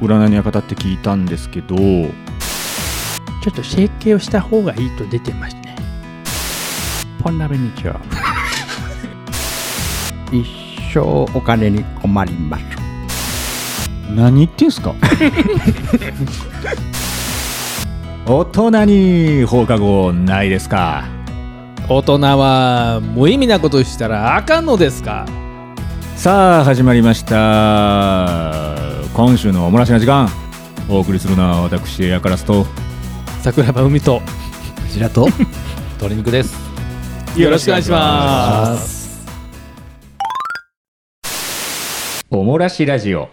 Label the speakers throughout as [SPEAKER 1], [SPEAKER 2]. [SPEAKER 1] 占いの館って聞いたんですけど
[SPEAKER 2] ちょっと整形をした方がいいと出てますね。
[SPEAKER 3] ポンラベニチ ョ一生お金に困ります
[SPEAKER 1] 何言ってんすか 大人に放課後ないですか
[SPEAKER 4] 大人は無意味なことしたらあかんのですか
[SPEAKER 1] さあ始まりました今週のおもらしな時間お送りするのは私エアカラスと
[SPEAKER 4] 桜庭海と
[SPEAKER 3] こちらと
[SPEAKER 4] 鶏肉です
[SPEAKER 1] よろしくお願いしますおもらしラジオ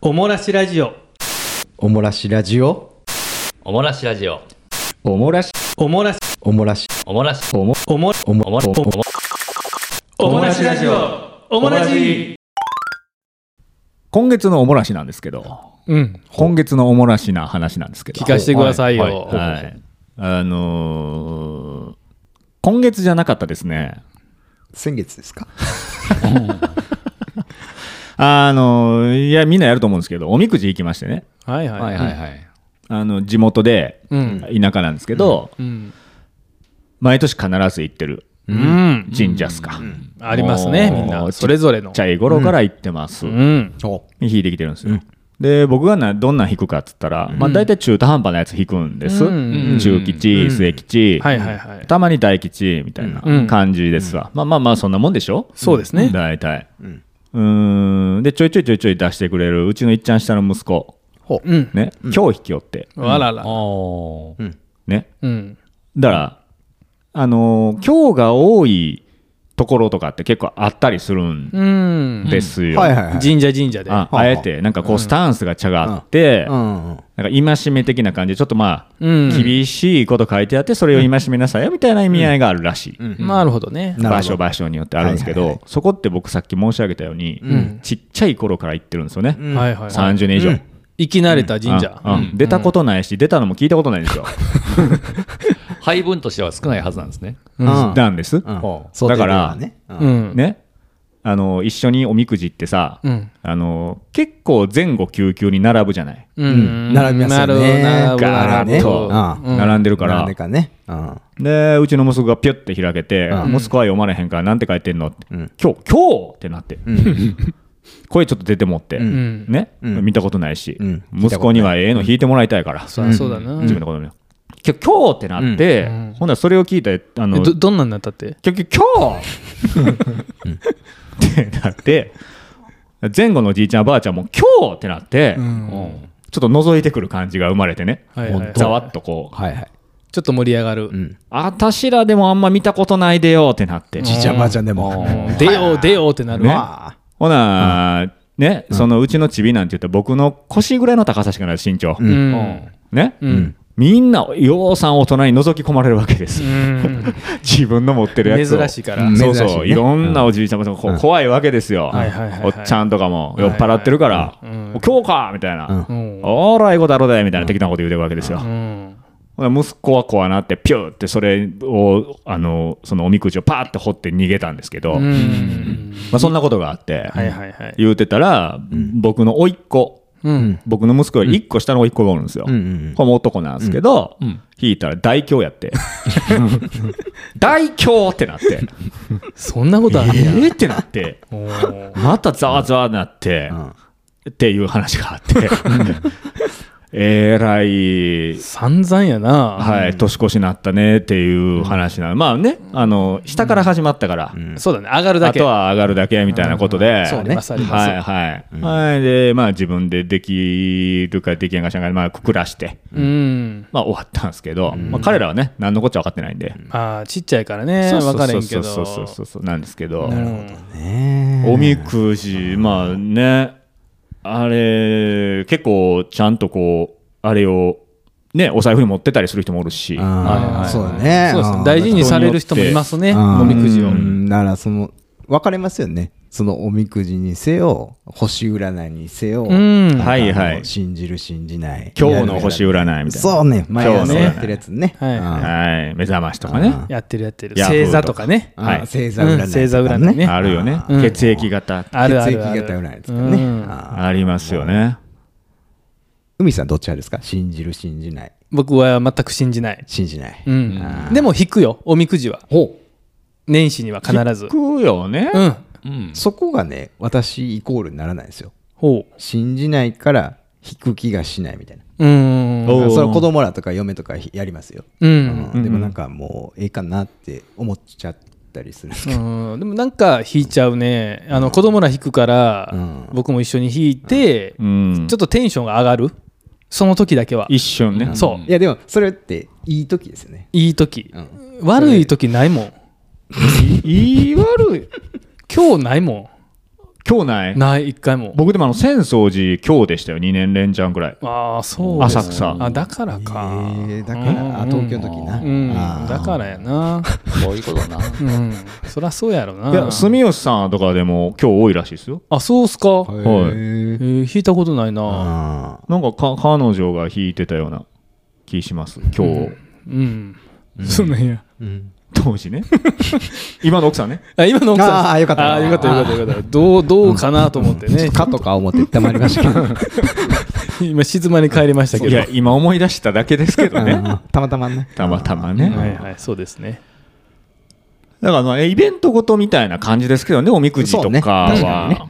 [SPEAKER 2] おもらしラジオ、
[SPEAKER 3] おもらしラジオ
[SPEAKER 5] おもらしラジオ。
[SPEAKER 1] おもらし
[SPEAKER 2] おもらし、
[SPEAKER 3] おもらし
[SPEAKER 5] おもらし、
[SPEAKER 1] おも
[SPEAKER 2] おも、
[SPEAKER 3] おも
[SPEAKER 5] おもらし、おも
[SPEAKER 2] おもらしラジオ、おもらし。
[SPEAKER 1] 今月のおもらしなんですけど
[SPEAKER 4] うん
[SPEAKER 1] 今月のおもらしな話なんですけど
[SPEAKER 4] 聞かせてくださいよ、
[SPEAKER 5] はいはい
[SPEAKER 1] はいあのー今月じゃなかったですね
[SPEAKER 6] 先月ですか
[SPEAKER 1] あのーいやみんなやると思うんですけどおみくじ行きましてね
[SPEAKER 4] はいはい
[SPEAKER 5] はいはいはい。
[SPEAKER 1] あの地元で
[SPEAKER 4] うん
[SPEAKER 1] 田舎なんですけど、
[SPEAKER 4] うん、
[SPEAKER 1] 毎年必ず行ってる
[SPEAKER 4] うん、
[SPEAKER 1] 神社っすか、
[SPEAKER 4] ありますね
[SPEAKER 1] もう
[SPEAKER 4] みんなそれぞれの
[SPEAKER 1] ちっちゃい頃から行ってます、
[SPEAKER 4] うん
[SPEAKER 1] 引いてきてるんですよ、で僕がなどんなん引くかっつったら、まあ、大体中途半端なやつ引くんです、
[SPEAKER 4] うん
[SPEAKER 1] 中吉、末吉、
[SPEAKER 4] はいはいはい
[SPEAKER 1] たまに大吉みたいな
[SPEAKER 4] うん
[SPEAKER 1] 感じですわ、まあまあまあそんなもんでしょ
[SPEAKER 4] そうですね
[SPEAKER 1] 大体うーんでちょいちょいちょいちょい出してくれるうちのいっちゃん下の息子
[SPEAKER 4] うん
[SPEAKER 1] ね、今日引きよって
[SPEAKER 4] あらら
[SPEAKER 5] おー
[SPEAKER 1] ね
[SPEAKER 4] うん
[SPEAKER 1] だからあのー今日が多いところとかって結構あったりするん
[SPEAKER 4] うん
[SPEAKER 1] ですよ、
[SPEAKER 6] はいはいはい。
[SPEAKER 4] 神社神社で
[SPEAKER 1] あ
[SPEAKER 6] はあ
[SPEAKER 1] あえてなんかこうスタンスが違って、
[SPEAKER 6] うんうん。
[SPEAKER 1] なんか戒め的な感じでちょっとまあ
[SPEAKER 4] うん
[SPEAKER 1] 厳しいこと書いてあってそれを戒めなさいよみたいな意味合いがあるらしい、
[SPEAKER 4] なるほどね
[SPEAKER 6] なる
[SPEAKER 1] 場
[SPEAKER 6] ほ
[SPEAKER 1] 所
[SPEAKER 6] ど
[SPEAKER 1] 場所によってあるんですけど、
[SPEAKER 6] はいはい
[SPEAKER 1] そこって僕さっき申し上げたように、
[SPEAKER 4] ん
[SPEAKER 1] ちっちゃい頃から行ってるんですよね、
[SPEAKER 6] うん
[SPEAKER 4] はいはいはい
[SPEAKER 1] 30年以上、
[SPEAKER 4] 生き慣れた神社
[SPEAKER 1] ああ出たことないし出たのも聞いたことないんですよ、
[SPEAKER 5] 配分としては少ないはずなんですね。
[SPEAKER 6] うん
[SPEAKER 1] なんです、
[SPEAKER 6] うん
[SPEAKER 1] ほう
[SPEAKER 6] 想
[SPEAKER 1] だ
[SPEAKER 6] 定で
[SPEAKER 1] か
[SPEAKER 6] は
[SPEAKER 1] ら、
[SPEAKER 6] ねうん
[SPEAKER 4] うん
[SPEAKER 1] ねあの一緒におみくじってさ、
[SPEAKER 4] うん
[SPEAKER 1] あの結構前後急急に並ぶじゃない、
[SPEAKER 4] うん
[SPEAKER 6] 並びますよね
[SPEAKER 4] なる
[SPEAKER 1] ガ
[SPEAKER 4] ほどなる
[SPEAKER 1] ラッ
[SPEAKER 4] ほど
[SPEAKER 1] と、
[SPEAKER 6] なるほ
[SPEAKER 4] どうん
[SPEAKER 1] 並んでるか
[SPEAKER 6] な
[SPEAKER 1] ら
[SPEAKER 6] んでかね。うん
[SPEAKER 1] でうちの息子がピュッて開けて、息子は読まれへんからなんて書いてんのって、
[SPEAKER 6] うん
[SPEAKER 1] 今日今日ってなって、
[SPEAKER 6] ん
[SPEAKER 1] 声ちょっと出てもって、
[SPEAKER 4] ん
[SPEAKER 1] ね、
[SPEAKER 6] うん
[SPEAKER 1] 見たことないし、
[SPEAKER 6] うん
[SPEAKER 1] 息子にはええの弾いてもらいたいから、
[SPEAKER 4] そりゃそうだな
[SPEAKER 1] 自分のことには今日今日ってなって、ほんならそれを聞いてあの
[SPEAKER 4] えどどんなんなったって
[SPEAKER 1] 結局今日ってなって前後のじいちゃんばあちゃんも今日ってなって、
[SPEAKER 5] うん
[SPEAKER 1] ちょっと覗いてくる感じが生まれてね、
[SPEAKER 4] はいはいはい
[SPEAKER 1] ざわっとこう、
[SPEAKER 6] はいはい。
[SPEAKER 4] ちょっと盛り上がる
[SPEAKER 6] うん。
[SPEAKER 1] あたしらでもあんま見たことないでよってなって、
[SPEAKER 6] じいちゃんばあちゃんでも。
[SPEAKER 4] 出よう出ようってなる
[SPEAKER 1] ね
[SPEAKER 4] わ
[SPEAKER 6] ああ。
[SPEAKER 1] ほな、ねそのうちのちびなんて言ったら僕の腰ぐらいの高さしかない身長、
[SPEAKER 4] う
[SPEAKER 5] うんん
[SPEAKER 1] ね、
[SPEAKER 4] うん
[SPEAKER 1] みんなようさん大人に覗き込まれるわけです、
[SPEAKER 4] うん
[SPEAKER 1] 自分の持ってるやつを
[SPEAKER 4] 珍しいから
[SPEAKER 1] うんそう
[SPEAKER 6] 珍しい
[SPEAKER 1] そう、
[SPEAKER 6] ね
[SPEAKER 1] いろんなおじいちゃんもこう怖いわけですよ、
[SPEAKER 4] はいはいはいはい
[SPEAKER 1] おっちゃんとかも酔っ払ってるから、お今日かみたいな、
[SPEAKER 4] うん
[SPEAKER 1] おらええことあろうだよみたいな的なこと言うてるわけですよ、
[SPEAKER 4] うん
[SPEAKER 1] ほな息子はこうなってピューってそれをあのそのおみくじをパーって掘って逃げたんですけど、
[SPEAKER 4] うん
[SPEAKER 1] まあ、そんなことがあって、
[SPEAKER 4] はいはいはい
[SPEAKER 1] 言うてたら、僕の甥っ子
[SPEAKER 4] うん
[SPEAKER 1] 僕の息子より1個下の甥っ子がおるんですよ、
[SPEAKER 6] うんうん
[SPEAKER 1] これも男なんですけど、引いたら大凶やって 大凶ってなって
[SPEAKER 4] そんなことあるん
[SPEAKER 1] え
[SPEAKER 4] や
[SPEAKER 1] ーってなってまたざわざわなって、っていう話があってえらい
[SPEAKER 4] 散々やな
[SPEAKER 1] はい、年越しになったねっていう話なの、まあねあの下から始まったから、
[SPEAKER 4] そうだね上がるだ
[SPEAKER 1] あ
[SPEAKER 4] け
[SPEAKER 1] とは上がるだけみたいなことで、
[SPEAKER 4] そうねありますあります
[SPEAKER 1] はいはい、はいでまあ自分でできるかできへんかしらんかまあくくらして、
[SPEAKER 4] うん
[SPEAKER 1] まあ終わったんですけど、まあ彼らはね何のこっちゃ分かってないんで、
[SPEAKER 4] あーちっちゃいからね
[SPEAKER 1] そうそう
[SPEAKER 4] 分
[SPEAKER 1] そう
[SPEAKER 4] かれんけど
[SPEAKER 1] そうそうそうそうなんですけど、
[SPEAKER 6] ね
[SPEAKER 1] おみくじまあねあれ結構ちゃんとこうあれをねお財布に持ってたりする人もおるし、
[SPEAKER 6] えああそうだね。
[SPEAKER 4] そうですね
[SPEAKER 6] ああ
[SPEAKER 4] 大事にされる人もいますね
[SPEAKER 6] ああ
[SPEAKER 4] おみくじを
[SPEAKER 6] うんなら、その、分かれますよね。そのおみくじにせよ、星占いにせよ、
[SPEAKER 4] うん
[SPEAKER 1] は
[SPEAKER 6] あの
[SPEAKER 1] いはい
[SPEAKER 6] 信じる、信じない。
[SPEAKER 1] 今日の星占いみたいな
[SPEAKER 6] そうね、前
[SPEAKER 1] 今日
[SPEAKER 6] 朝
[SPEAKER 1] の
[SPEAKER 6] やってるやつね。
[SPEAKER 4] はい
[SPEAKER 6] うん
[SPEAKER 1] はい目覚ましとかね
[SPEAKER 6] あ
[SPEAKER 4] やってるやってる
[SPEAKER 1] ヤフー
[SPEAKER 4] 星座とかね
[SPEAKER 6] ああ
[SPEAKER 1] はい
[SPEAKER 6] 星座占いとか
[SPEAKER 4] うん
[SPEAKER 6] ね。
[SPEAKER 4] 星座占いね
[SPEAKER 1] あるよね
[SPEAKER 4] うん
[SPEAKER 1] 血液型
[SPEAKER 4] あるあるあ
[SPEAKER 6] 血液
[SPEAKER 4] る
[SPEAKER 6] 型占いですからね。
[SPEAKER 4] うん
[SPEAKER 6] ああ
[SPEAKER 1] ありますよね
[SPEAKER 6] 海さんどっち派ですか信じる信じない
[SPEAKER 4] 僕は全く信じない。
[SPEAKER 6] 信じない、
[SPEAKER 4] うん
[SPEAKER 6] あ。ー
[SPEAKER 4] でも引くよ、おみくじは。年始には必ず。
[SPEAKER 1] 聞くよね。
[SPEAKER 4] うん。
[SPEAKER 5] うん。
[SPEAKER 6] そこがね私イコールにならないんですよ
[SPEAKER 4] ほ
[SPEAKER 6] 信じないから引く気がしないみたいな
[SPEAKER 4] う。うーん。
[SPEAKER 1] おー
[SPEAKER 6] それは子供らとか嫁とかやりますよ、
[SPEAKER 4] う。
[SPEAKER 6] うん
[SPEAKER 1] うん
[SPEAKER 6] でもなんかもうええかなって思っちゃったりするんですけど
[SPEAKER 4] うん、でもなんか引いちゃうねあの子供ら引くから、
[SPEAKER 6] うん
[SPEAKER 4] 僕も一緒に引いて、
[SPEAKER 1] うん
[SPEAKER 4] ちょっとテンションが上がるその時だけは
[SPEAKER 1] 一瞬ね。
[SPEAKER 4] そう、
[SPEAKER 6] いやでもそれっていい時ですよね、
[SPEAKER 4] いい時、
[SPEAKER 6] うん、
[SPEAKER 4] 悪い時ないもん
[SPEAKER 1] いい悪い。
[SPEAKER 4] 今日ないも
[SPEAKER 1] 今日ない
[SPEAKER 4] んない一回も
[SPEAKER 1] 僕でもあの浅草寺今日でしたよ2年連チャンぐらい
[SPEAKER 4] ああそうですね
[SPEAKER 1] 浅草
[SPEAKER 4] あだからか、
[SPEAKER 6] えーだから、あ
[SPEAKER 4] うん
[SPEAKER 6] 東京の時な、
[SPEAKER 4] うん
[SPEAKER 6] あー
[SPEAKER 4] だからやな
[SPEAKER 5] そういうことな。
[SPEAKER 4] うんそりゃそうやろ
[SPEAKER 1] いや
[SPEAKER 4] な
[SPEAKER 1] 住吉さんとかでも今日多いらしいですよ
[SPEAKER 4] あそうっすか、
[SPEAKER 6] へ
[SPEAKER 1] はい
[SPEAKER 6] ー
[SPEAKER 4] えー引いたことないな
[SPEAKER 6] あ
[SPEAKER 1] なんかか彼女が弾いてたような気します今日、
[SPEAKER 4] うん、そんなんや
[SPEAKER 6] ーうん
[SPEAKER 1] 当時ね 今の奥さんね
[SPEAKER 4] あ今の奥さん
[SPEAKER 6] あーよかった
[SPEAKER 4] あーよかったよかったよかったどうどうかなと思って ね
[SPEAKER 6] かとか思ってたまりましたけ ど
[SPEAKER 4] 今静まに帰りましたけ
[SPEAKER 1] い
[SPEAKER 4] ど
[SPEAKER 1] や今思い出しただけですけどね
[SPEAKER 6] うんたまたまね
[SPEAKER 1] たまたまね、
[SPEAKER 4] はいはいそうですね
[SPEAKER 1] だからあのえイベントごとみたいな感じですけどねおみくじとか
[SPEAKER 6] そうね確か
[SPEAKER 1] は
[SPEAKER 6] にね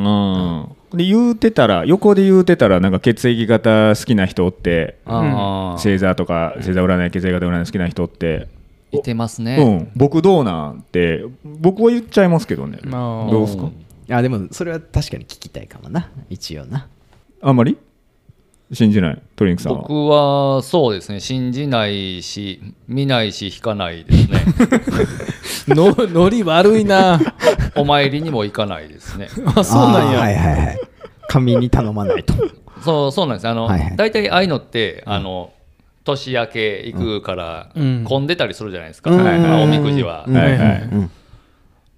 [SPEAKER 6] うん
[SPEAKER 1] うん、で言うてたら横で言うてたらなんか血液型好きな人おって
[SPEAKER 5] ああ。
[SPEAKER 1] 星座とか星座占い血液型占い好きな人って
[SPEAKER 5] いてますね。
[SPEAKER 1] うん、僕どうなんて僕は言っちゃいますけどね
[SPEAKER 4] あー
[SPEAKER 1] どうですか
[SPEAKER 6] あでもそれは確かに聞きたいかもな一応な
[SPEAKER 1] あんまり信じないトリンクさんは
[SPEAKER 5] 僕はそうですね信じないし見ないし引かないですね
[SPEAKER 4] のノリ悪いな
[SPEAKER 5] お参りにも行かないですね
[SPEAKER 4] あそうなん
[SPEAKER 6] あーは
[SPEAKER 4] や
[SPEAKER 6] いはいはい紙に頼まないと
[SPEAKER 5] そうそうなんですあの、
[SPEAKER 6] はいはい
[SPEAKER 5] 大体ああいうのってあの年明け行くから
[SPEAKER 4] うん
[SPEAKER 5] 混んでたりするじゃないですか、
[SPEAKER 6] うん
[SPEAKER 5] あのおみくじは、
[SPEAKER 6] うん
[SPEAKER 1] はいはい、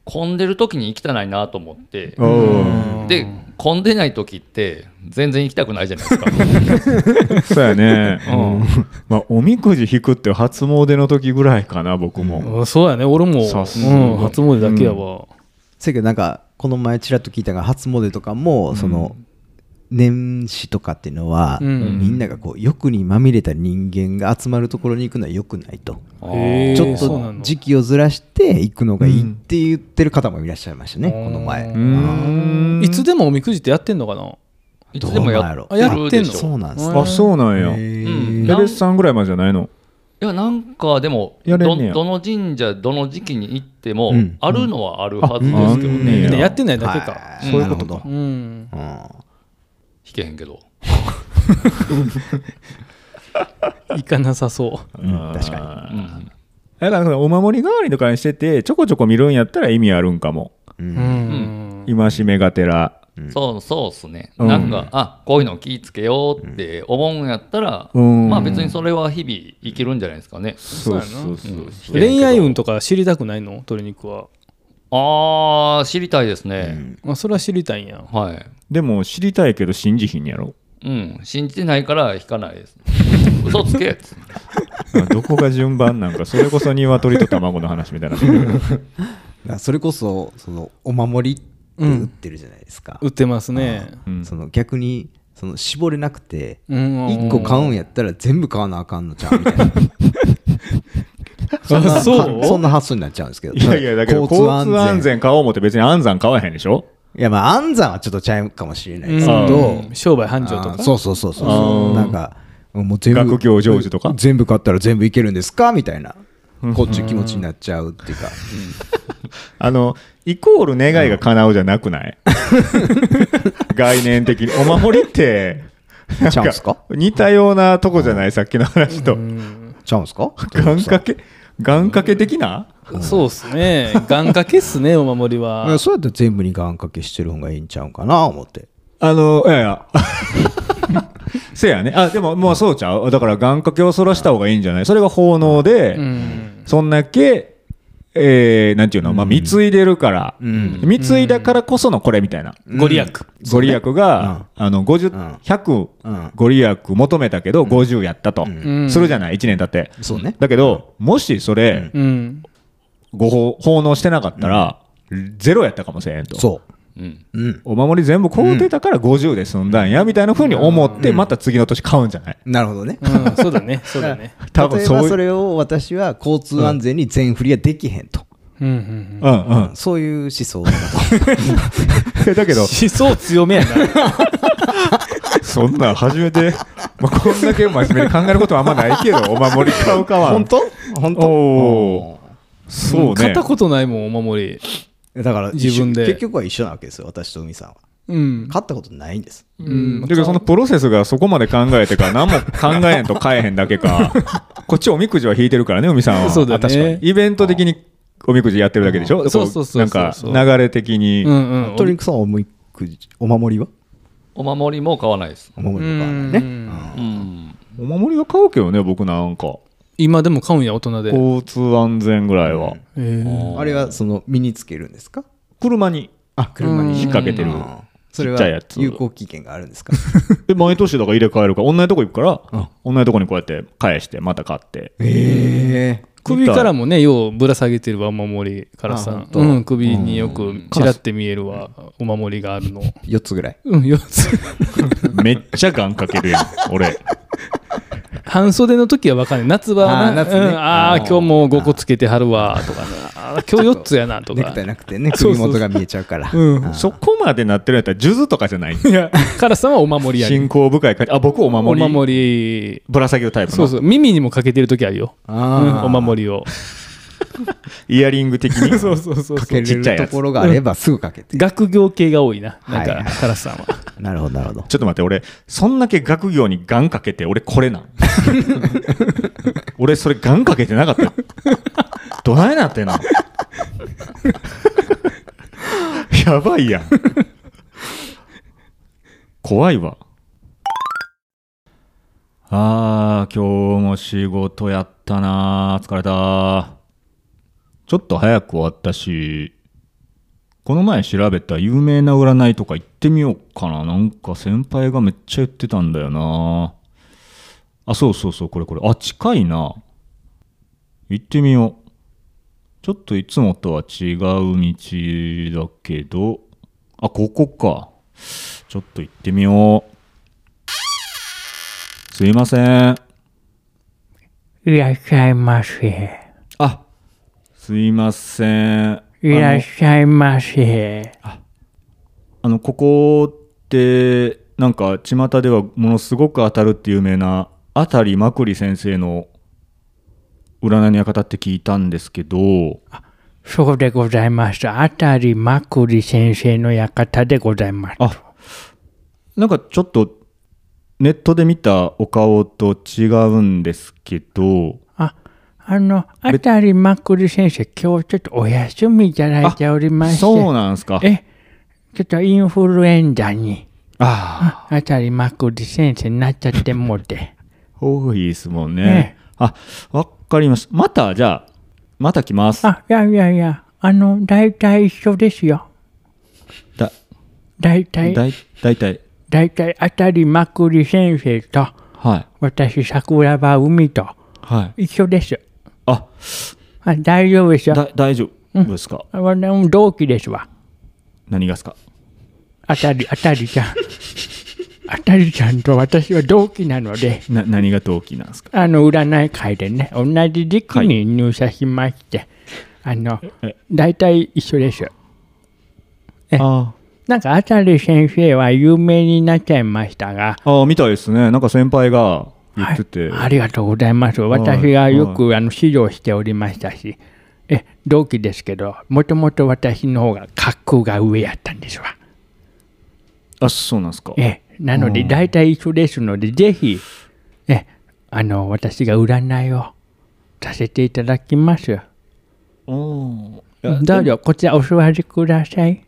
[SPEAKER 5] 混んでる時に行きたないなと思って、
[SPEAKER 1] おお
[SPEAKER 5] で混んでない時って全然行きたくないじゃないですか
[SPEAKER 1] そうやね、まあ、おみくじ引くって初詣の時ぐらいかな僕も、
[SPEAKER 4] うんそうやね俺も、うん、
[SPEAKER 1] さ
[SPEAKER 4] 初
[SPEAKER 1] すが
[SPEAKER 4] 詣だけやわ、
[SPEAKER 6] せやけどなんかこの前ちらっと聞いたが初詣とかもその年始とかっていうのは
[SPEAKER 4] うん
[SPEAKER 6] みんながこう欲にまみれた人間が集まるところに行くのは良くないと
[SPEAKER 4] へー
[SPEAKER 6] ちょっ
[SPEAKER 4] そうな
[SPEAKER 6] と
[SPEAKER 4] の
[SPEAKER 6] 時期をずらして行くのがいいって言ってる方もいらっしゃいましたねこの前
[SPEAKER 4] ういつでもおみくじってやってんのかない
[SPEAKER 5] つでもや
[SPEAKER 6] ど
[SPEAKER 5] っ
[SPEAKER 6] う
[SPEAKER 5] て
[SPEAKER 4] なんやろ
[SPEAKER 5] るでし
[SPEAKER 4] あやってんの
[SPEAKER 5] ょ
[SPEAKER 6] そうなんですね
[SPEAKER 1] あそうなんやエ
[SPEAKER 6] へ
[SPEAKER 5] うん
[SPEAKER 6] ー
[SPEAKER 5] なん
[SPEAKER 1] レスさんぐらいまでじゃないの
[SPEAKER 5] いやなんかでも
[SPEAKER 1] や
[SPEAKER 5] ど
[SPEAKER 1] れんねや
[SPEAKER 5] どの神社どの時期に行っても、
[SPEAKER 6] うん
[SPEAKER 5] あるのはあるはずです
[SPEAKER 1] あ
[SPEAKER 5] けど
[SPEAKER 1] ん
[SPEAKER 5] ね、
[SPEAKER 1] ね
[SPEAKER 4] みんなや
[SPEAKER 1] や
[SPEAKER 4] ってないだけか
[SPEAKER 6] はいそういうこと
[SPEAKER 4] う
[SPEAKER 6] か
[SPEAKER 4] ん
[SPEAKER 5] 引けへんけど
[SPEAKER 4] 行かなさそう
[SPEAKER 6] うん確か
[SPEAKER 5] うん
[SPEAKER 1] だからそのお守り代わりとかにしててちょこちょこ見るんやったら意味あるんかも
[SPEAKER 6] にう
[SPEAKER 4] うんん、
[SPEAKER 1] 戒めがてら
[SPEAKER 5] そうそうっすね、
[SPEAKER 1] うん
[SPEAKER 5] なんかあこういうの気ぃつけようって思うんやったら、
[SPEAKER 1] うん
[SPEAKER 5] まあ別にそれは日々生きるんじゃないですかね、
[SPEAKER 1] そう
[SPEAKER 4] やな
[SPEAKER 1] そうそう
[SPEAKER 5] うん
[SPEAKER 4] 恋愛運とか知りたくないの鶏肉は、
[SPEAKER 5] ああ知りたいですね、
[SPEAKER 4] まあ、それは知りたいんや
[SPEAKER 5] はい
[SPEAKER 1] でも知りたいけど信じひんやろ
[SPEAKER 5] うん信じてないから引かないです 嘘つけっつって
[SPEAKER 1] どこが順番なんかそれこそ鶏と卵の話みたいな
[SPEAKER 6] だからそれこそそのお守りって売ってるじゃないですか、
[SPEAKER 4] 売ってますね
[SPEAKER 1] うん
[SPEAKER 6] その逆にその絞れなくて
[SPEAKER 4] うん
[SPEAKER 6] 1個買うんやったら全部買わなあかんのちゃう みたいなそん
[SPEAKER 4] あ
[SPEAKER 6] な
[SPEAKER 4] そう
[SPEAKER 6] そんな発想になっちゃうんですけど
[SPEAKER 1] いやいやだけど交通安全買おう思って別に安全買わへんでしょ
[SPEAKER 6] いやまあ安産はちょっとちゃうかもしれないですけど
[SPEAKER 4] うん、商売繁盛と
[SPEAKER 6] あー
[SPEAKER 4] か
[SPEAKER 6] そうそうそうそう
[SPEAKER 1] あー
[SPEAKER 6] なんかもう全部
[SPEAKER 1] 学業成就とか
[SPEAKER 6] 全部買ったら全部いけるんですかみたいなこっち気持ちになっちゃうっていうか
[SPEAKER 1] あのイコール願いが叶うじゃなくない概念的にお守りってなん
[SPEAKER 6] ちゃうんすか
[SPEAKER 1] 似たようなとこじゃないさっきの話と
[SPEAKER 6] ちゃうんすか
[SPEAKER 1] 願掛け願掛け的な
[SPEAKER 4] そうっすね。願掛けっすね、お守り
[SPEAKER 6] いや
[SPEAKER 4] は。
[SPEAKER 6] そうやって全部に願掛けしてる方がいいんちゃうんかな思って
[SPEAKER 1] あのいやいや せやねあでももうそうちゃうだから願掛けをそらした方がいいんじゃないそれが奉納で、
[SPEAKER 4] うん。
[SPEAKER 1] そんだけえー、なんていうの、まあ、貢いでるから、貢いだからこそのこれみたいな、
[SPEAKER 4] ご利益。
[SPEAKER 1] ご利益が、あの50、
[SPEAKER 6] うん
[SPEAKER 1] 100、
[SPEAKER 6] うん
[SPEAKER 1] ご利益求めたけど、50やったと、
[SPEAKER 4] ん
[SPEAKER 1] するじゃない、1年経って。
[SPEAKER 6] そうね
[SPEAKER 1] だけど、もしそれ、
[SPEAKER 4] うん。
[SPEAKER 1] ご奉奉納してなかったら、ゼロやったかもしれんと。
[SPEAKER 6] そう
[SPEAKER 5] うん
[SPEAKER 7] うん。
[SPEAKER 1] お守り全部買うてたから50で済んだんやみたいなふうに思ってまた次の年買うんじゃない
[SPEAKER 7] なるほどね。
[SPEAKER 8] うん、そうだ ね、そうだね。
[SPEAKER 1] 多分
[SPEAKER 7] 例え
[SPEAKER 1] そう
[SPEAKER 7] ば
[SPEAKER 1] い
[SPEAKER 7] そうれを私は交通安全に全振りはできへんと。
[SPEAKER 8] うんうん
[SPEAKER 1] うんうん
[SPEAKER 7] そういう思想だ と。
[SPEAKER 1] え だけ
[SPEAKER 8] うん。
[SPEAKER 1] ど
[SPEAKER 8] 思想強めやな。
[SPEAKER 1] そんなん初めて、まあ、こんだけ真面目に考えることはあんまないけどお守り買うかは
[SPEAKER 7] 本当本当
[SPEAKER 1] おーそう
[SPEAKER 8] 買っ
[SPEAKER 1] ね
[SPEAKER 8] たことないもん、お守り。
[SPEAKER 7] だから
[SPEAKER 8] 自分で
[SPEAKER 7] 一緒結局は一緒なわけですよ、私と海さんは。
[SPEAKER 8] うん。
[SPEAKER 7] 勝ったことないんです。
[SPEAKER 8] うん
[SPEAKER 1] だけどそのプロセスがそこまで考えてから何も考えへんと買えへんだけ かこっちおみくじは引いてるからね海さんは
[SPEAKER 8] そうだね
[SPEAKER 1] あ確かにイベント的におみくじやってるだけでしょ
[SPEAKER 8] そうそうそうそうそう
[SPEAKER 1] なんか流れ的に、
[SPEAKER 8] うんうん。
[SPEAKER 7] トリンクさんはおみくじお守りは
[SPEAKER 5] お守りも買わないです。
[SPEAKER 7] お守
[SPEAKER 8] う
[SPEAKER 7] りは買わない
[SPEAKER 8] ん
[SPEAKER 7] ね。
[SPEAKER 5] うん。
[SPEAKER 1] お守りは買うけどね僕なんか
[SPEAKER 8] 今でも買うんや、大人で。
[SPEAKER 1] 交通安全ぐらいは、
[SPEAKER 8] えー
[SPEAKER 7] あれはその身につけるんですか
[SPEAKER 1] 車に
[SPEAKER 7] あ、車に
[SPEAKER 1] 引っ掛けてる
[SPEAKER 7] あーそれ
[SPEAKER 1] ちっちゃいや
[SPEAKER 7] は
[SPEAKER 1] つ
[SPEAKER 7] 有効期限があるんです か
[SPEAKER 1] で毎年だから入れ替えるから同じとこ行くから、同じとこにこうやって返してまた買って
[SPEAKER 7] ええ。
[SPEAKER 8] 首からもね、ようぶら下げてるわ、お守りから
[SPEAKER 7] あ
[SPEAKER 8] さ
[SPEAKER 7] 本。当
[SPEAKER 8] うん、首によくちらって見えるわ、お守りがあるの。
[SPEAKER 7] 4つぐらい。
[SPEAKER 8] うん、 よつ。
[SPEAKER 1] めっちゃ願かける やん俺
[SPEAKER 8] 半袖の時はわかんない。夏場は
[SPEAKER 7] あー
[SPEAKER 8] な
[SPEAKER 7] 夏ね
[SPEAKER 8] うんああ、今日もう5個つけてはるわ、とかね。あー今日4つやな、と
[SPEAKER 7] ネク
[SPEAKER 8] か
[SPEAKER 7] タ。イなくてね、首元が見えちゃうから。
[SPEAKER 8] うん。
[SPEAKER 1] そこまでなってるんやったら数珠とかじ ゃない
[SPEAKER 8] いや、カラスさんはお守りやね
[SPEAKER 1] 信仰深い感じあ僕お
[SPEAKER 8] お
[SPEAKER 1] 守り
[SPEAKER 8] 守り。
[SPEAKER 1] ぶら下げるタイプの
[SPEAKER 8] そうそう。耳にもかけてる時あるよ。うん
[SPEAKER 7] あ
[SPEAKER 8] お
[SPEAKER 7] あ。
[SPEAKER 8] 守りを。
[SPEAKER 1] イヤリング的に
[SPEAKER 8] そうそうそう
[SPEAKER 7] かけ
[SPEAKER 1] ちっ
[SPEAKER 7] れ
[SPEAKER 1] ちゃい
[SPEAKER 7] る
[SPEAKER 1] や
[SPEAKER 7] と
[SPEAKER 1] つ
[SPEAKER 7] ころがあればすぐかけて。
[SPEAKER 8] 学業系が多いな。なん
[SPEAKER 7] はい
[SPEAKER 8] か
[SPEAKER 7] は、
[SPEAKER 8] カラスさんは。
[SPEAKER 7] なるほど、なるほど。
[SPEAKER 1] ちょっと待って俺そんだけ学業に願かけて俺これなん 俺それ願かけてなかったよ どないなってんな やばいやん怖いわあー今日も仕事やったな疲れたちょっと早く終わったしこの前調べた有名な占いとか行ってみようかな。なんか先輩がめっちゃ言ってたんだよな。あ、そうそうそう、これこれ。あ、近いな。行ってみよう。ちょっといつもとは違う道だけど、あ、ここか。ちょっと行ってみよう。すいません。
[SPEAKER 4] いらっしゃいませ。
[SPEAKER 1] あ、すいません。あ
[SPEAKER 4] いらっ
[SPEAKER 1] の
[SPEAKER 4] しゃいませ。
[SPEAKER 1] あのここってなんか巷ではものすごく当たるって有名なあたりまくり先生の占いの館って聞いたんですけど
[SPEAKER 4] そうでございます。あたりまくり先生の館でございます。
[SPEAKER 1] あなんかちょっとネットで見たお顔と違うんですけど
[SPEAKER 4] あ、あの、あたりまくり先生、今日ちょっとお休みいただいておりまして。
[SPEAKER 1] そうなんですか
[SPEAKER 4] え、ちょっとインフルエンザに、
[SPEAKER 1] あ
[SPEAKER 4] ああたりまくり先生になっちゃってもう て。
[SPEAKER 1] あ多いですもんね、あわかりましたまたじゃあまた来ます
[SPEAKER 4] あ、いやいやいや、あの、大体一緒ですよ。
[SPEAKER 1] だ
[SPEAKER 4] 大体、
[SPEAKER 1] だいだいたい
[SPEAKER 4] 大体あたりまくり先生と、
[SPEAKER 1] はい
[SPEAKER 4] 私、桜庭海と、
[SPEAKER 1] はい
[SPEAKER 4] 一緒です。
[SPEAKER 1] あ
[SPEAKER 4] あ大丈夫ですよ。
[SPEAKER 1] だ大丈夫ですか、
[SPEAKER 4] あの同期ですわ。
[SPEAKER 1] 何がですか
[SPEAKER 4] あたり、あたりちゃん。 あたりちゃんと私は同期なので、
[SPEAKER 1] な何が動機なんですか
[SPEAKER 4] あの、占い会でね、同じ時期に入社しまして、あの
[SPEAKER 1] え、
[SPEAKER 4] 大体一緒です。え
[SPEAKER 1] あ
[SPEAKER 4] なんか、あたり先生は有名になっちゃいましたが、
[SPEAKER 1] ああみたいですねなんか先輩が言ってて、
[SPEAKER 4] ありがとうございます。
[SPEAKER 1] い
[SPEAKER 4] 私がよく、あの指導しておりましたし、え同期ですけど、もともと私の方が格が上やったんですわ。
[SPEAKER 1] あそうなんですか
[SPEAKER 4] ええなので、大体一緒ですので、ぜひ、ええあの私が占いをさせていただきます。
[SPEAKER 1] お
[SPEAKER 4] どうぞ、こちらお座りください。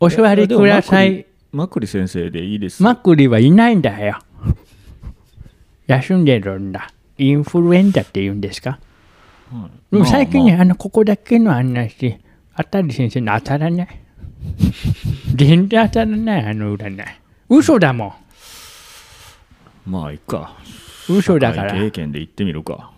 [SPEAKER 4] お座りください。
[SPEAKER 1] マクリ先生でいいです
[SPEAKER 4] マクリはいないんだよ。休んでるんだ。インフルエンザって言うんですか、でも最近ね、あの、ここだけの話、あたり先生の当たら ない。全然当たらない、あの占い。嘘だも
[SPEAKER 1] まあいっか
[SPEAKER 4] ん。嘘だから。
[SPEAKER 1] 経験で行ってみるか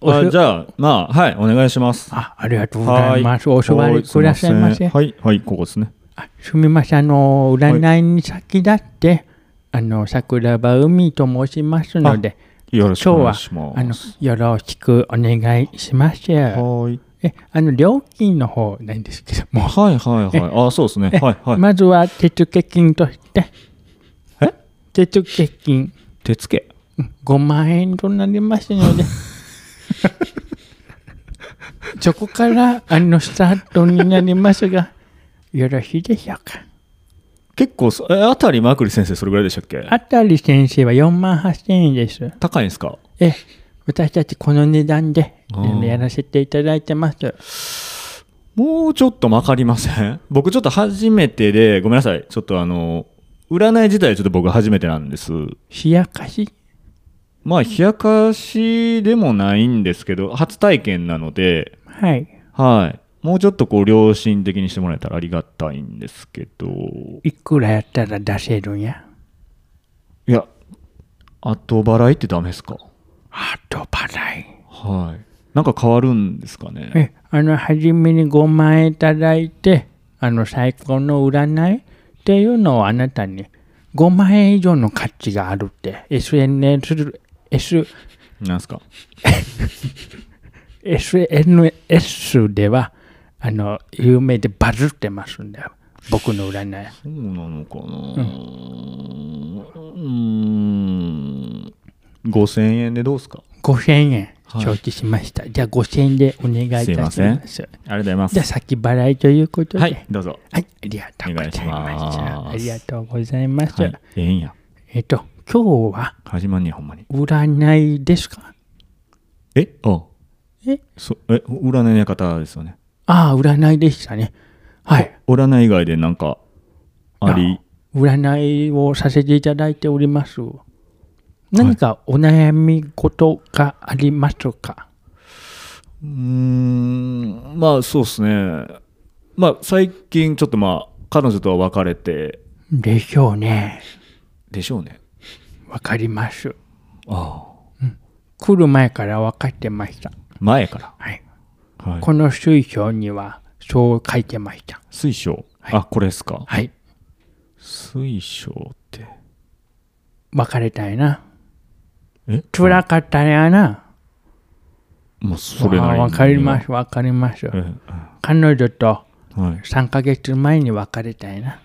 [SPEAKER 4] お
[SPEAKER 1] あ
[SPEAKER 4] し
[SPEAKER 1] じゃあ、まあ、はい、お願いします。
[SPEAKER 4] あありがとうございます。お座
[SPEAKER 1] は
[SPEAKER 4] りくださいませ。
[SPEAKER 1] はい、はい、ここですね。
[SPEAKER 4] あすみません、あの、占いに先立って、あの、桜庭海と申しますので、
[SPEAKER 1] よろしく
[SPEAKER 4] 今
[SPEAKER 1] お願い
[SPEAKER 4] 日は
[SPEAKER 1] しま
[SPEAKER 4] あの
[SPEAKER 1] す。
[SPEAKER 4] よろしくお願いします。
[SPEAKER 1] はい。
[SPEAKER 4] え、あの、料金の方なんですけども、
[SPEAKER 1] はい、はい、はい。あ、そうですね。はい、はい。
[SPEAKER 4] まずは手付金として、手付金
[SPEAKER 1] 手付け。
[SPEAKER 4] 5万円となります ので、そこから、あの、スタートになりますが、よろしいでしょうか。
[SPEAKER 1] 結構そ、え、あたりまくり先生、それぐらいでしたっけ
[SPEAKER 4] あたり先生は4万8000円です。
[SPEAKER 1] 高いんですか
[SPEAKER 4] ええ、私たちこの値段であの
[SPEAKER 1] うん
[SPEAKER 4] やらせていただいてます。
[SPEAKER 1] もうちょっとまかりません 僕ちょっと初めてで、ごめんなさい。ちょっとあの、占い自体ちょっと僕初めてなんです。
[SPEAKER 4] 冷やかし
[SPEAKER 1] まあ、冷やかしでもないんですけど、初体験なので、
[SPEAKER 4] はい。
[SPEAKER 1] はい。もうちょっとこう、良心的にしてもらえたらありがたいんですけど、
[SPEAKER 4] いくらやったら出せるんや
[SPEAKER 1] いや、後払いってダメですか
[SPEAKER 4] 後払い。
[SPEAKER 1] はい。なんか変わるんですかね
[SPEAKER 4] え、あの、初めに5万円いただいて、あの、最高の占いっていうのをあなたに5万円以上の価値があるって、SNS、S、
[SPEAKER 1] なんすか
[SPEAKER 4] SNS では、あの、有名でバズってますんだよ。僕の占い。
[SPEAKER 1] そうなのかなうーん。5000円でどうですか
[SPEAKER 4] 5000円
[SPEAKER 1] はい
[SPEAKER 4] 承知しました、じゃあ5000円でお願いいたします
[SPEAKER 1] すいま
[SPEAKER 4] じ
[SPEAKER 1] ありがとうございま
[SPEAKER 4] ゃあ先払いということでは
[SPEAKER 1] はいい、、どうぞ。
[SPEAKER 4] ありがとうございました
[SPEAKER 1] お願いします
[SPEAKER 4] ありがとうございます、
[SPEAKER 1] はい、ええんや。
[SPEAKER 4] えっと今日は
[SPEAKER 1] 始まんねや、ほんまに。
[SPEAKER 4] 占いですか
[SPEAKER 1] えあ
[SPEAKER 4] え
[SPEAKER 1] そえ、占いの方ですよね。
[SPEAKER 4] ああ占いでしたねはい
[SPEAKER 1] 占い以外でなんか、あり、
[SPEAKER 4] 占いをさせていただいております何かお悩み事がありますか、
[SPEAKER 1] うーん、まあそうですね。まあ最近ちょっとまあ、彼女とは別れて、
[SPEAKER 4] でしょうね
[SPEAKER 1] でしょうね。
[SPEAKER 4] わかります
[SPEAKER 1] ああ。
[SPEAKER 4] 来る前から分かってました
[SPEAKER 1] 前から。
[SPEAKER 4] はい
[SPEAKER 1] はい、
[SPEAKER 4] この水晶にはそう書いてました。
[SPEAKER 1] 水晶。あ、これですか。
[SPEAKER 4] はい。
[SPEAKER 1] 水晶って。
[SPEAKER 4] 別れたいな。
[SPEAKER 1] え
[SPEAKER 4] 辛かったやな。
[SPEAKER 1] まあそれなりに
[SPEAKER 4] わかります、わかります
[SPEAKER 1] え。え
[SPEAKER 4] 彼女と
[SPEAKER 1] はい。う
[SPEAKER 4] 3ヶ月前に別れたいな。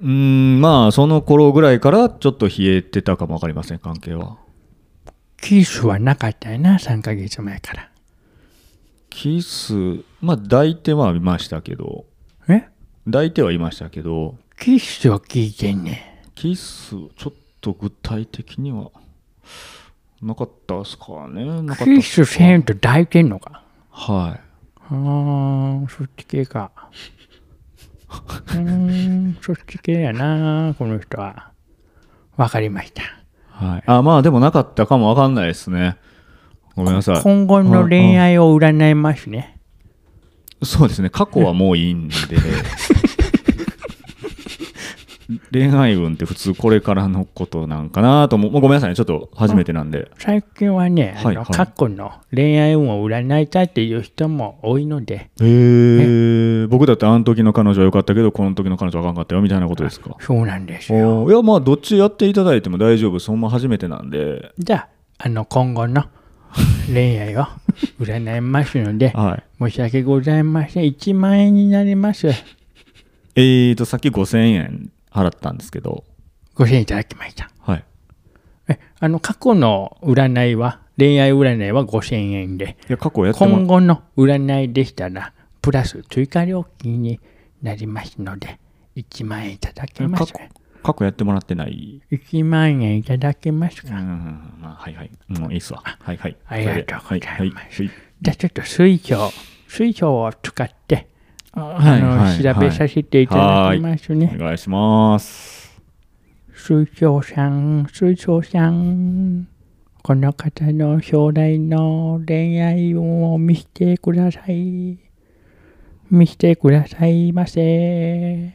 [SPEAKER 1] ーん、まあその頃ぐらいからちょっと冷えてたかもわかりません、関係は。
[SPEAKER 4] キスはなかったやな、3ヶ月前か
[SPEAKER 1] キス、まあ抱いてはいましたけど、
[SPEAKER 4] ら。え
[SPEAKER 1] 抱いてはいましたけど、
[SPEAKER 4] キスを聞いてんね。
[SPEAKER 1] キス、ちょっと具体的には、なかったっすかね。なかった
[SPEAKER 4] キ
[SPEAKER 1] っす
[SPEAKER 4] スせんと抱いてんのか。
[SPEAKER 1] は
[SPEAKER 4] あー、そっち系か。うーん、そっち系やな、この人は。わかりました。
[SPEAKER 1] い。はい。あ、まあでもなかったかもわかんないですね。ごめんなさい。
[SPEAKER 4] 今後の恋愛を占いますね。
[SPEAKER 1] そうですね。過去はもういいん で。恋愛運って普通これからのことなんかなとも、もうごめんなさいね。ちょっと初めてなんで。
[SPEAKER 4] 最近はね、あの
[SPEAKER 1] はいはい
[SPEAKER 4] 過去の恋愛運を占いたいっていう人も多いので、
[SPEAKER 1] へえ。僕だってあの時の彼女は良かったけど、この時の彼女はあかんかったよみたいなことですか。
[SPEAKER 4] そうなんですよ。
[SPEAKER 1] おーいやまあどっちやっていただいても大丈夫そんな初めてなんで
[SPEAKER 4] じゃあ、あの今後の恋愛を占います ので、
[SPEAKER 1] はい
[SPEAKER 4] 申し訳ございません。1万円になります。
[SPEAKER 1] えーとさっき5000円払ったんですけど
[SPEAKER 4] ご支援いただきました。
[SPEAKER 1] はい
[SPEAKER 4] えあの過去の占いは、恋愛占いは5000円で、
[SPEAKER 1] いや過去やっても
[SPEAKER 4] 今後の占いでしたら、プラス追加料金になりますので、1万円いただけま
[SPEAKER 1] 過
[SPEAKER 4] す
[SPEAKER 1] 去
[SPEAKER 4] か
[SPEAKER 1] 過去やってもらってない
[SPEAKER 4] 1万円いただけます
[SPEAKER 1] う
[SPEAKER 4] か、
[SPEAKER 1] んまあはいはいもういいっすわはいはい
[SPEAKER 4] ありがとうございます
[SPEAKER 1] はいはい
[SPEAKER 4] じゃあちょっと水晶、水晶を使って、
[SPEAKER 1] はい
[SPEAKER 4] あの
[SPEAKER 1] はい
[SPEAKER 4] 調べさせていただきますね。
[SPEAKER 1] はいお願いします
[SPEAKER 4] 水晶さん、水晶さん、この方の将来の恋愛運を見せてください。見せてくださいませ。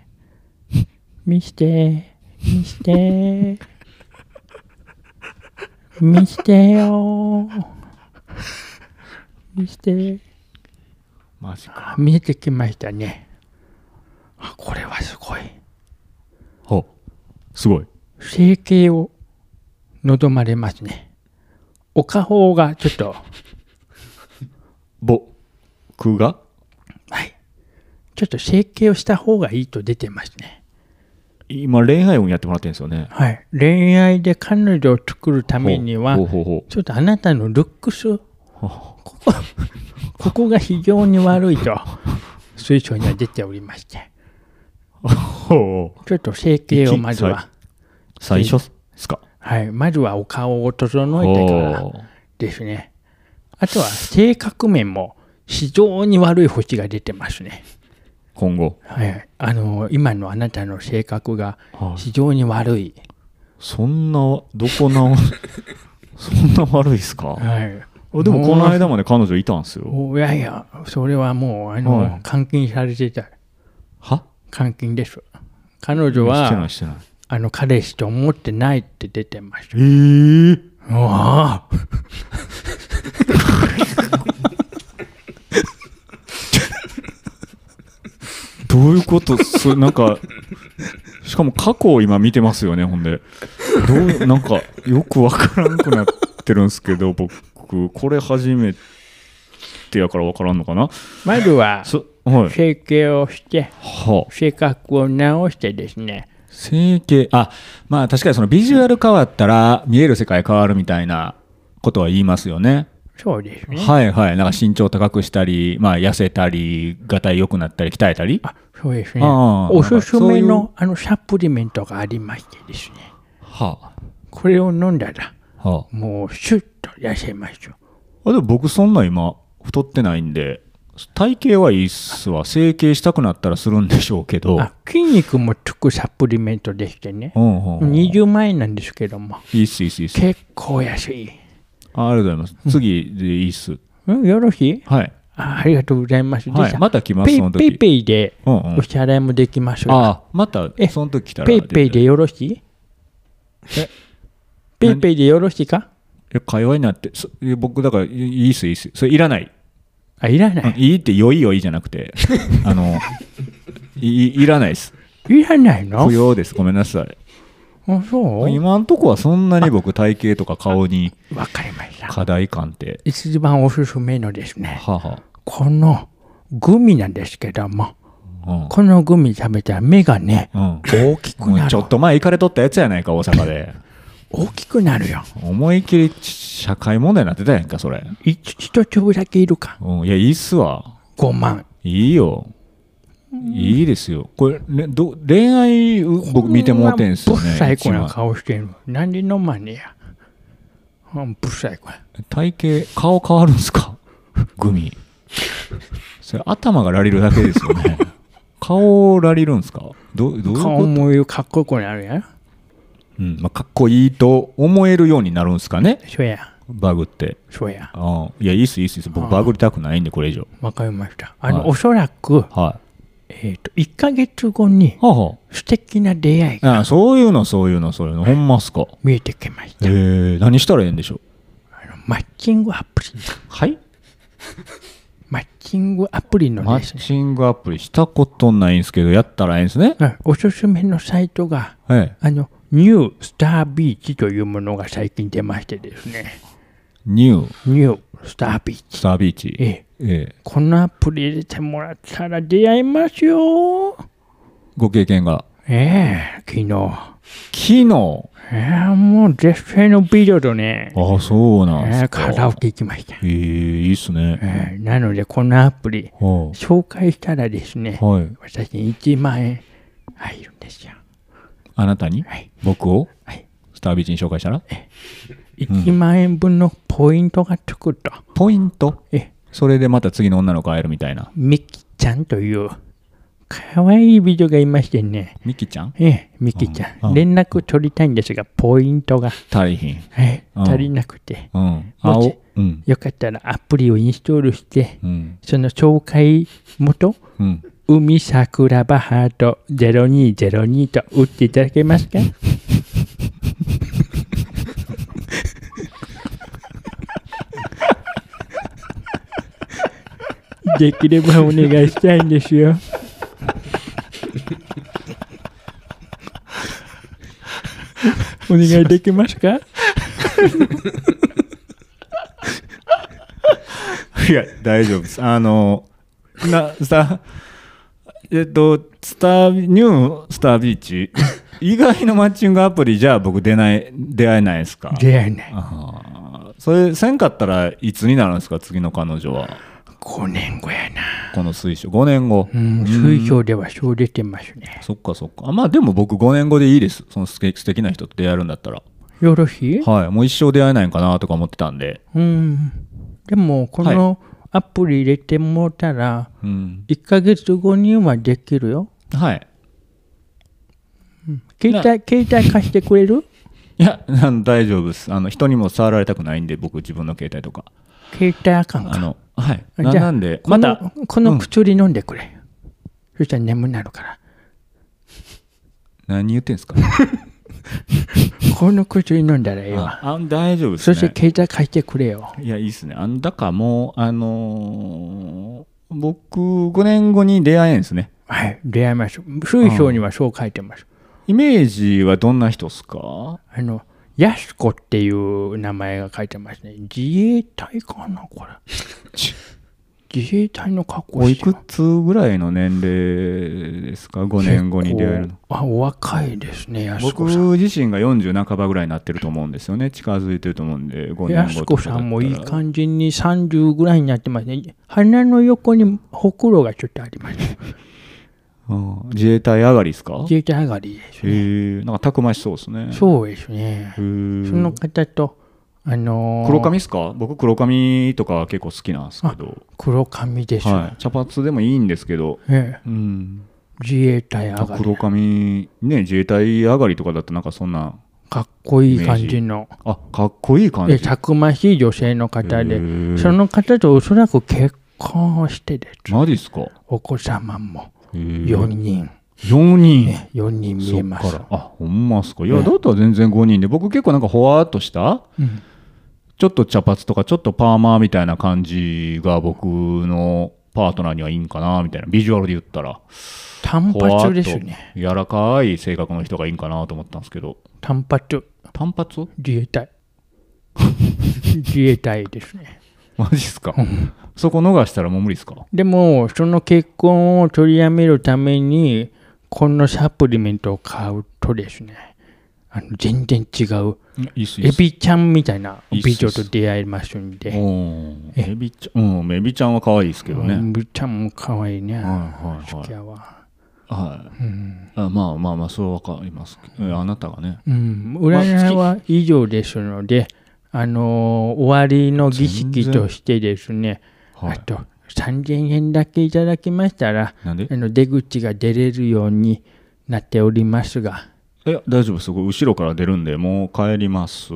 [SPEAKER 4] 見せて、見せて。見せてよ。にして
[SPEAKER 1] マジか。
[SPEAKER 4] あ見えてきましたねあこれはすごい
[SPEAKER 1] ほう。すごい。
[SPEAKER 4] 整形を望まれますねお顔がちょっと
[SPEAKER 1] 僕が
[SPEAKER 4] はいちょっと整形をした方がいいと出てますね
[SPEAKER 1] 今恋愛運やってもらってるんですよね。
[SPEAKER 4] はい恋愛で彼女を作るた
[SPEAKER 1] た
[SPEAKER 4] めには
[SPEAKER 1] ほうほうほう
[SPEAKER 4] ちょっとあなたのルックス、ここここが非常に悪いと、推奨には出ておりまして、
[SPEAKER 1] ほう。
[SPEAKER 4] ちょっと整形をまずは、
[SPEAKER 1] 最初っすか。
[SPEAKER 4] はい、まずはお顔を整えてから
[SPEAKER 1] ほう
[SPEAKER 4] ですね。あとは性格面も非常に悪い星が出てますね。
[SPEAKER 1] 今後。
[SPEAKER 4] はい、あの今のあなたの性格が
[SPEAKER 1] はい
[SPEAKER 4] 非常に悪い。
[SPEAKER 1] そんな、どこなお、そんな悪いっすか、
[SPEAKER 4] はい、
[SPEAKER 1] あでもこの間まで彼女いたんすよ。
[SPEAKER 4] おいやいや、それはもうあの、
[SPEAKER 1] はい
[SPEAKER 4] 監禁されてた
[SPEAKER 1] は
[SPEAKER 4] 監禁です。彼女
[SPEAKER 1] してな
[SPEAKER 4] はい
[SPEAKER 1] してない。
[SPEAKER 4] あの彼氏と思ってないって出てました。
[SPEAKER 1] えー、
[SPEAKER 4] ああ、
[SPEAKER 1] どういうことそれなんか、しかも過去を今見てますよね、ほんで。どう、なんか、よくわからんくなってるんすけど、僕、これ初めてやからわからんのかな
[SPEAKER 4] まずは
[SPEAKER 1] そ、はい。
[SPEAKER 4] 整形をして
[SPEAKER 1] はあ。
[SPEAKER 4] 性格を直してですね。
[SPEAKER 1] 整形、あ、まあ確かにそのビジュアル変わったら見える世界変わるみたいなことは言いますよね。
[SPEAKER 4] そうですね。
[SPEAKER 1] はいはい。なんか身長高くしたり、まあ痩せたり、がたい良くなったり、鍛えたり。
[SPEAKER 4] あ、そうですね。
[SPEAKER 1] ああ
[SPEAKER 4] おすすめ
[SPEAKER 1] なんかそうい
[SPEAKER 4] のあのサプリメントがありましてですね。
[SPEAKER 1] は
[SPEAKER 4] これを飲んだら
[SPEAKER 1] あ。は
[SPEAKER 4] もうシュッと痩せますよ。
[SPEAKER 1] あ。あでも僕そんな今太ってないんで、体型はいいっすわ。整形したくなったらするんでしょうけど。
[SPEAKER 4] あ、筋肉もつくサプリメントでしてね
[SPEAKER 1] う。んうんうん。い
[SPEAKER 4] 20万円なんですけども、
[SPEAKER 1] いっすいいっすいいっす。
[SPEAKER 4] 結構安い。
[SPEAKER 1] あありがとうございます。次でいいっす。
[SPEAKER 4] うん、よろしい
[SPEAKER 1] はい。
[SPEAKER 4] あありがとうございます。
[SPEAKER 1] は
[SPEAKER 4] で
[SPEAKER 1] い。
[SPEAKER 4] さ
[SPEAKER 1] また来ます、
[SPEAKER 4] ペ
[SPEAKER 1] その
[SPEAKER 4] イ
[SPEAKER 1] 時。
[SPEAKER 4] ペイペイで
[SPEAKER 1] うんうん
[SPEAKER 4] お支払いもできます
[SPEAKER 1] ああ、また
[SPEAKER 4] え、
[SPEAKER 1] その時来たら。
[SPEAKER 4] ペイペイでよろしい
[SPEAKER 1] え
[SPEAKER 4] ペイペイでよろしいか
[SPEAKER 1] え、会話になって、そいや僕、だから、いいいっす、いいっす。それいらない。
[SPEAKER 4] あ、いらな
[SPEAKER 1] うん
[SPEAKER 4] い。
[SPEAKER 1] いいって、良い良いじゃなくて、 あの、いいらないです。
[SPEAKER 4] いらないの
[SPEAKER 1] 不要です。ごめんなさい。
[SPEAKER 4] あそう
[SPEAKER 1] 今んとこはそんなに僕、体型とか顔に
[SPEAKER 4] わかりました。
[SPEAKER 1] 課題感って。
[SPEAKER 4] 一番おすすめのですね、
[SPEAKER 1] はは。
[SPEAKER 4] このグミなんですけども、
[SPEAKER 1] うん
[SPEAKER 4] このグミ食べたら目がね、
[SPEAKER 1] うん。
[SPEAKER 4] 大きくな
[SPEAKER 1] ち
[SPEAKER 4] る
[SPEAKER 1] ょ。っと前、行かれとったやつやないか、大阪で。
[SPEAKER 4] 大きくなるよ。
[SPEAKER 1] 思いっきり社会問題になってたやんか、それ。
[SPEAKER 4] 一一粒だけいるか。
[SPEAKER 1] うん。いや、いいっすわ。
[SPEAKER 4] 5万。
[SPEAKER 1] いいよ。いいですよ。これ、ね、ど恋愛、う僕見てもうてんすよね。
[SPEAKER 4] ぶっさい子な
[SPEAKER 1] 一番
[SPEAKER 4] 顔してる。何で飲まねや。うんぶっさい子や。
[SPEAKER 1] 体型顔変わるんすか グミそれ頭がラリるだけですよ ね顔ラリるんすかどどういうこと
[SPEAKER 4] 顔もいうかっこよくなるや。
[SPEAKER 1] うんまあ、かっこいいと思えるようになるんすかね
[SPEAKER 4] そうや。
[SPEAKER 1] バグって
[SPEAKER 4] そうや。
[SPEAKER 1] あいやいいっすいいっすいいっす僕バグりたくないんでこれ以上
[SPEAKER 4] わかりました。あの、
[SPEAKER 1] はい
[SPEAKER 4] おそらく、
[SPEAKER 1] は
[SPEAKER 4] えっ、と、1ヶ月後に
[SPEAKER 1] いはあは
[SPEAKER 4] 素敵な出会いが
[SPEAKER 1] ああそういうのそういうのそういうのほんますか
[SPEAKER 4] 見えてきまし
[SPEAKER 1] え
[SPEAKER 4] た。
[SPEAKER 1] ー、何したらええんでしょう
[SPEAKER 4] マッチングアプリ。
[SPEAKER 1] はい
[SPEAKER 4] マッチングアプリ
[SPEAKER 1] マ
[SPEAKER 4] のです
[SPEAKER 1] ッ
[SPEAKER 4] ね、
[SPEAKER 1] チングアプリしたことないんすけどやったらええんすね
[SPEAKER 4] うんおすすめのサイトが、
[SPEAKER 1] はい
[SPEAKER 4] あの、ニュースタービーチというものが最近出ましてですね。
[SPEAKER 1] ニュー
[SPEAKER 4] ニュースタービーチ。
[SPEAKER 1] スタービーチ
[SPEAKER 4] ええ
[SPEAKER 1] ええ
[SPEAKER 4] このアプリ入れてもらったら出会いますよ。
[SPEAKER 1] ご経験が
[SPEAKER 4] ええ昨日。
[SPEAKER 1] 昨日
[SPEAKER 4] ええもう絶世の美女とね、
[SPEAKER 1] ああ、そうなん
[SPEAKER 4] え
[SPEAKER 1] す
[SPEAKER 4] え
[SPEAKER 1] か。
[SPEAKER 4] カラオケ行きました。
[SPEAKER 1] ええいいっすね。
[SPEAKER 4] ええなので、このアプリ、
[SPEAKER 1] は
[SPEAKER 4] 紹介したらですね
[SPEAKER 1] あ、、はい。
[SPEAKER 4] 私に1万円入るんですよ。
[SPEAKER 1] あなたに、
[SPEAKER 4] はい
[SPEAKER 1] 僕を、
[SPEAKER 4] はい
[SPEAKER 1] スタービーチに紹介したら
[SPEAKER 4] 1万円分のポイントがつくと、
[SPEAKER 1] ポイント。
[SPEAKER 4] え
[SPEAKER 1] それでまた次の女の子会えるみたいな。
[SPEAKER 4] ミキちゃんという、可愛い美女がいましてね、
[SPEAKER 1] ミキちゃん
[SPEAKER 4] ええ、ミキちゃ
[SPEAKER 1] うん
[SPEAKER 4] ん、連絡取りたいんですが、ポイントが、
[SPEAKER 1] 大変。
[SPEAKER 4] ええ
[SPEAKER 1] うん
[SPEAKER 4] 足りなくて、
[SPEAKER 1] うん。
[SPEAKER 4] もち
[SPEAKER 1] 青。うん。
[SPEAKER 4] よかったらアプリをインストールして、
[SPEAKER 1] うん。
[SPEAKER 4] その紹介元、
[SPEAKER 1] うん。
[SPEAKER 4] 海桜バハート0202と打っていただけま すかできればお願いしたいんで すよ。お願いできますか
[SPEAKER 1] いや、大丈夫です。あの、な、さ、えっと、スター、ニュースタービーチ、 以外のマッチングアプリじゃあ僕出ない、出会えないですか
[SPEAKER 4] 出会えない。
[SPEAKER 1] あーそれせんかったらいつになるんですか次の彼女は
[SPEAKER 4] 5年後やな。
[SPEAKER 1] この水晶5年後、
[SPEAKER 4] うん、水晶ではそう出てますね。
[SPEAKER 1] そっかそっかあまあでも僕5年後でいいですそのすて素敵な人と出会えるんだったら
[SPEAKER 4] よろしい
[SPEAKER 1] はいもう一生出会えないんかなとか思ってたんで
[SPEAKER 4] うん。でも、このアプリ入れてもうたら、
[SPEAKER 1] うん
[SPEAKER 4] 1ヶ月後にはできるよ。
[SPEAKER 1] はい
[SPEAKER 4] 携帯、携帯貸してくれ る
[SPEAKER 1] いやあの大丈夫ですあの人にも触られたくないんで僕自分の携帯とか
[SPEAKER 4] 携帯あかん
[SPEAKER 1] あ
[SPEAKER 4] か。
[SPEAKER 1] のはい
[SPEAKER 4] じ
[SPEAKER 1] な
[SPEAKER 4] ゃあ
[SPEAKER 1] なんで
[SPEAKER 4] こ
[SPEAKER 1] ま
[SPEAKER 4] の
[SPEAKER 1] た
[SPEAKER 4] この薬飲んでくれ。そしたら眠なるから。
[SPEAKER 1] 何言ってんすか
[SPEAKER 4] この薬飲んだらええわ。
[SPEAKER 1] ああ大丈夫です
[SPEAKER 4] そ
[SPEAKER 1] ね
[SPEAKER 4] して携帯貸してくれよ。
[SPEAKER 1] いや、いいっすね。あの、だからもう、あのー僕、5年後に出会えんですね。
[SPEAKER 4] はい、出会いましょう。水晶にはそう書いてます。
[SPEAKER 1] イメージはどんな人っすか
[SPEAKER 4] あの、やすこっていう名前が書いてますね。自衛隊かな、 これ。自衛隊の格好
[SPEAKER 1] おい
[SPEAKER 4] して
[SPEAKER 1] く
[SPEAKER 4] る
[SPEAKER 1] つぐらいの年齢ですか ?5 年後に出会えるの
[SPEAKER 4] 結。構あ、お若いですね、やす
[SPEAKER 1] 僕
[SPEAKER 4] こさん。
[SPEAKER 1] 自身が40半ばぐらいになってると思うんですよね。近づいてると思うんで、5
[SPEAKER 4] や
[SPEAKER 1] 年後
[SPEAKER 4] す
[SPEAKER 1] と
[SPEAKER 4] こ
[SPEAKER 1] かだった
[SPEAKER 4] さ
[SPEAKER 1] ら
[SPEAKER 4] んもいい感じに30ぐらいになってますね。鼻の横にほくろがちょっとあります。
[SPEAKER 1] うん自衛隊上がりですか
[SPEAKER 4] 自衛隊上がりです
[SPEAKER 1] へ
[SPEAKER 4] ね。
[SPEAKER 1] え、なんかたくましそうですね。う。
[SPEAKER 4] そうですね。その方と、あのー
[SPEAKER 1] 黒髪っすか僕黒髪とか結構好きなんですけど、
[SPEAKER 4] 黒髪です、
[SPEAKER 1] はい、茶髪でもいいんですけど、
[SPEAKER 4] ええ
[SPEAKER 1] うん、
[SPEAKER 4] 自衛隊上がり
[SPEAKER 1] 黒髪ね自衛隊上がりとかだとなんかそんな
[SPEAKER 4] かっこいい感じの
[SPEAKER 1] あかっこいい感
[SPEAKER 4] ええ
[SPEAKER 1] じ
[SPEAKER 4] たくましい女性の方
[SPEAKER 1] へ
[SPEAKER 4] で
[SPEAKER 1] え
[SPEAKER 4] その方とおそらく結婚をしてです
[SPEAKER 1] マジっすか
[SPEAKER 4] お子様も4
[SPEAKER 1] 4
[SPEAKER 4] 人
[SPEAKER 1] 人
[SPEAKER 4] 4人見えま
[SPEAKER 1] そっ
[SPEAKER 4] す
[SPEAKER 1] からあほんまっすかいやだったら全然5人で僕結構なんかほわーっとした
[SPEAKER 4] うん
[SPEAKER 1] ちょっと茶髪とかちょっとパーマみたいな感じが僕のパートナーにはいいんかなみたいなビジュアルで言ったら
[SPEAKER 4] 単
[SPEAKER 1] ほわー
[SPEAKER 4] 発
[SPEAKER 1] っ
[SPEAKER 4] で
[SPEAKER 1] と
[SPEAKER 4] すね
[SPEAKER 1] 柔らかい性格の人がいいんかなと思ったんですけど
[SPEAKER 4] 単発
[SPEAKER 1] 単発
[SPEAKER 4] 自衛隊 自衛隊ですね
[SPEAKER 1] マジっすかそこ逃したらもう無理っすか
[SPEAKER 4] でもその結婚を取りやめるためにこのサプリメントを買うとですねあの全然違う
[SPEAKER 1] いいっす
[SPEAKER 4] エビちゃんみたいな
[SPEAKER 1] っす
[SPEAKER 4] 美女と出会えますんで、
[SPEAKER 1] うんエビちゃん、うん、エビちゃんは可愛いですけどね。
[SPEAKER 4] エビちゃんも可愛いね。
[SPEAKER 1] はい
[SPEAKER 4] 好
[SPEAKER 1] はいは
[SPEAKER 4] き
[SPEAKER 1] い。
[SPEAKER 4] やわ。
[SPEAKER 1] はい、
[SPEAKER 4] うん。
[SPEAKER 1] あまあまあまあ、そうわかりますけど。えあなたがね。
[SPEAKER 4] うん、占いは以上ですので、あのー終わりの儀式としてですね、
[SPEAKER 1] は
[SPEAKER 4] あ
[SPEAKER 1] い。
[SPEAKER 4] と3000円だけいただきましたら、
[SPEAKER 1] なんで
[SPEAKER 4] あの出口が出れるようになっておりますが、
[SPEAKER 1] いや、大丈夫です。これ後ろから出るんで、もう帰ります。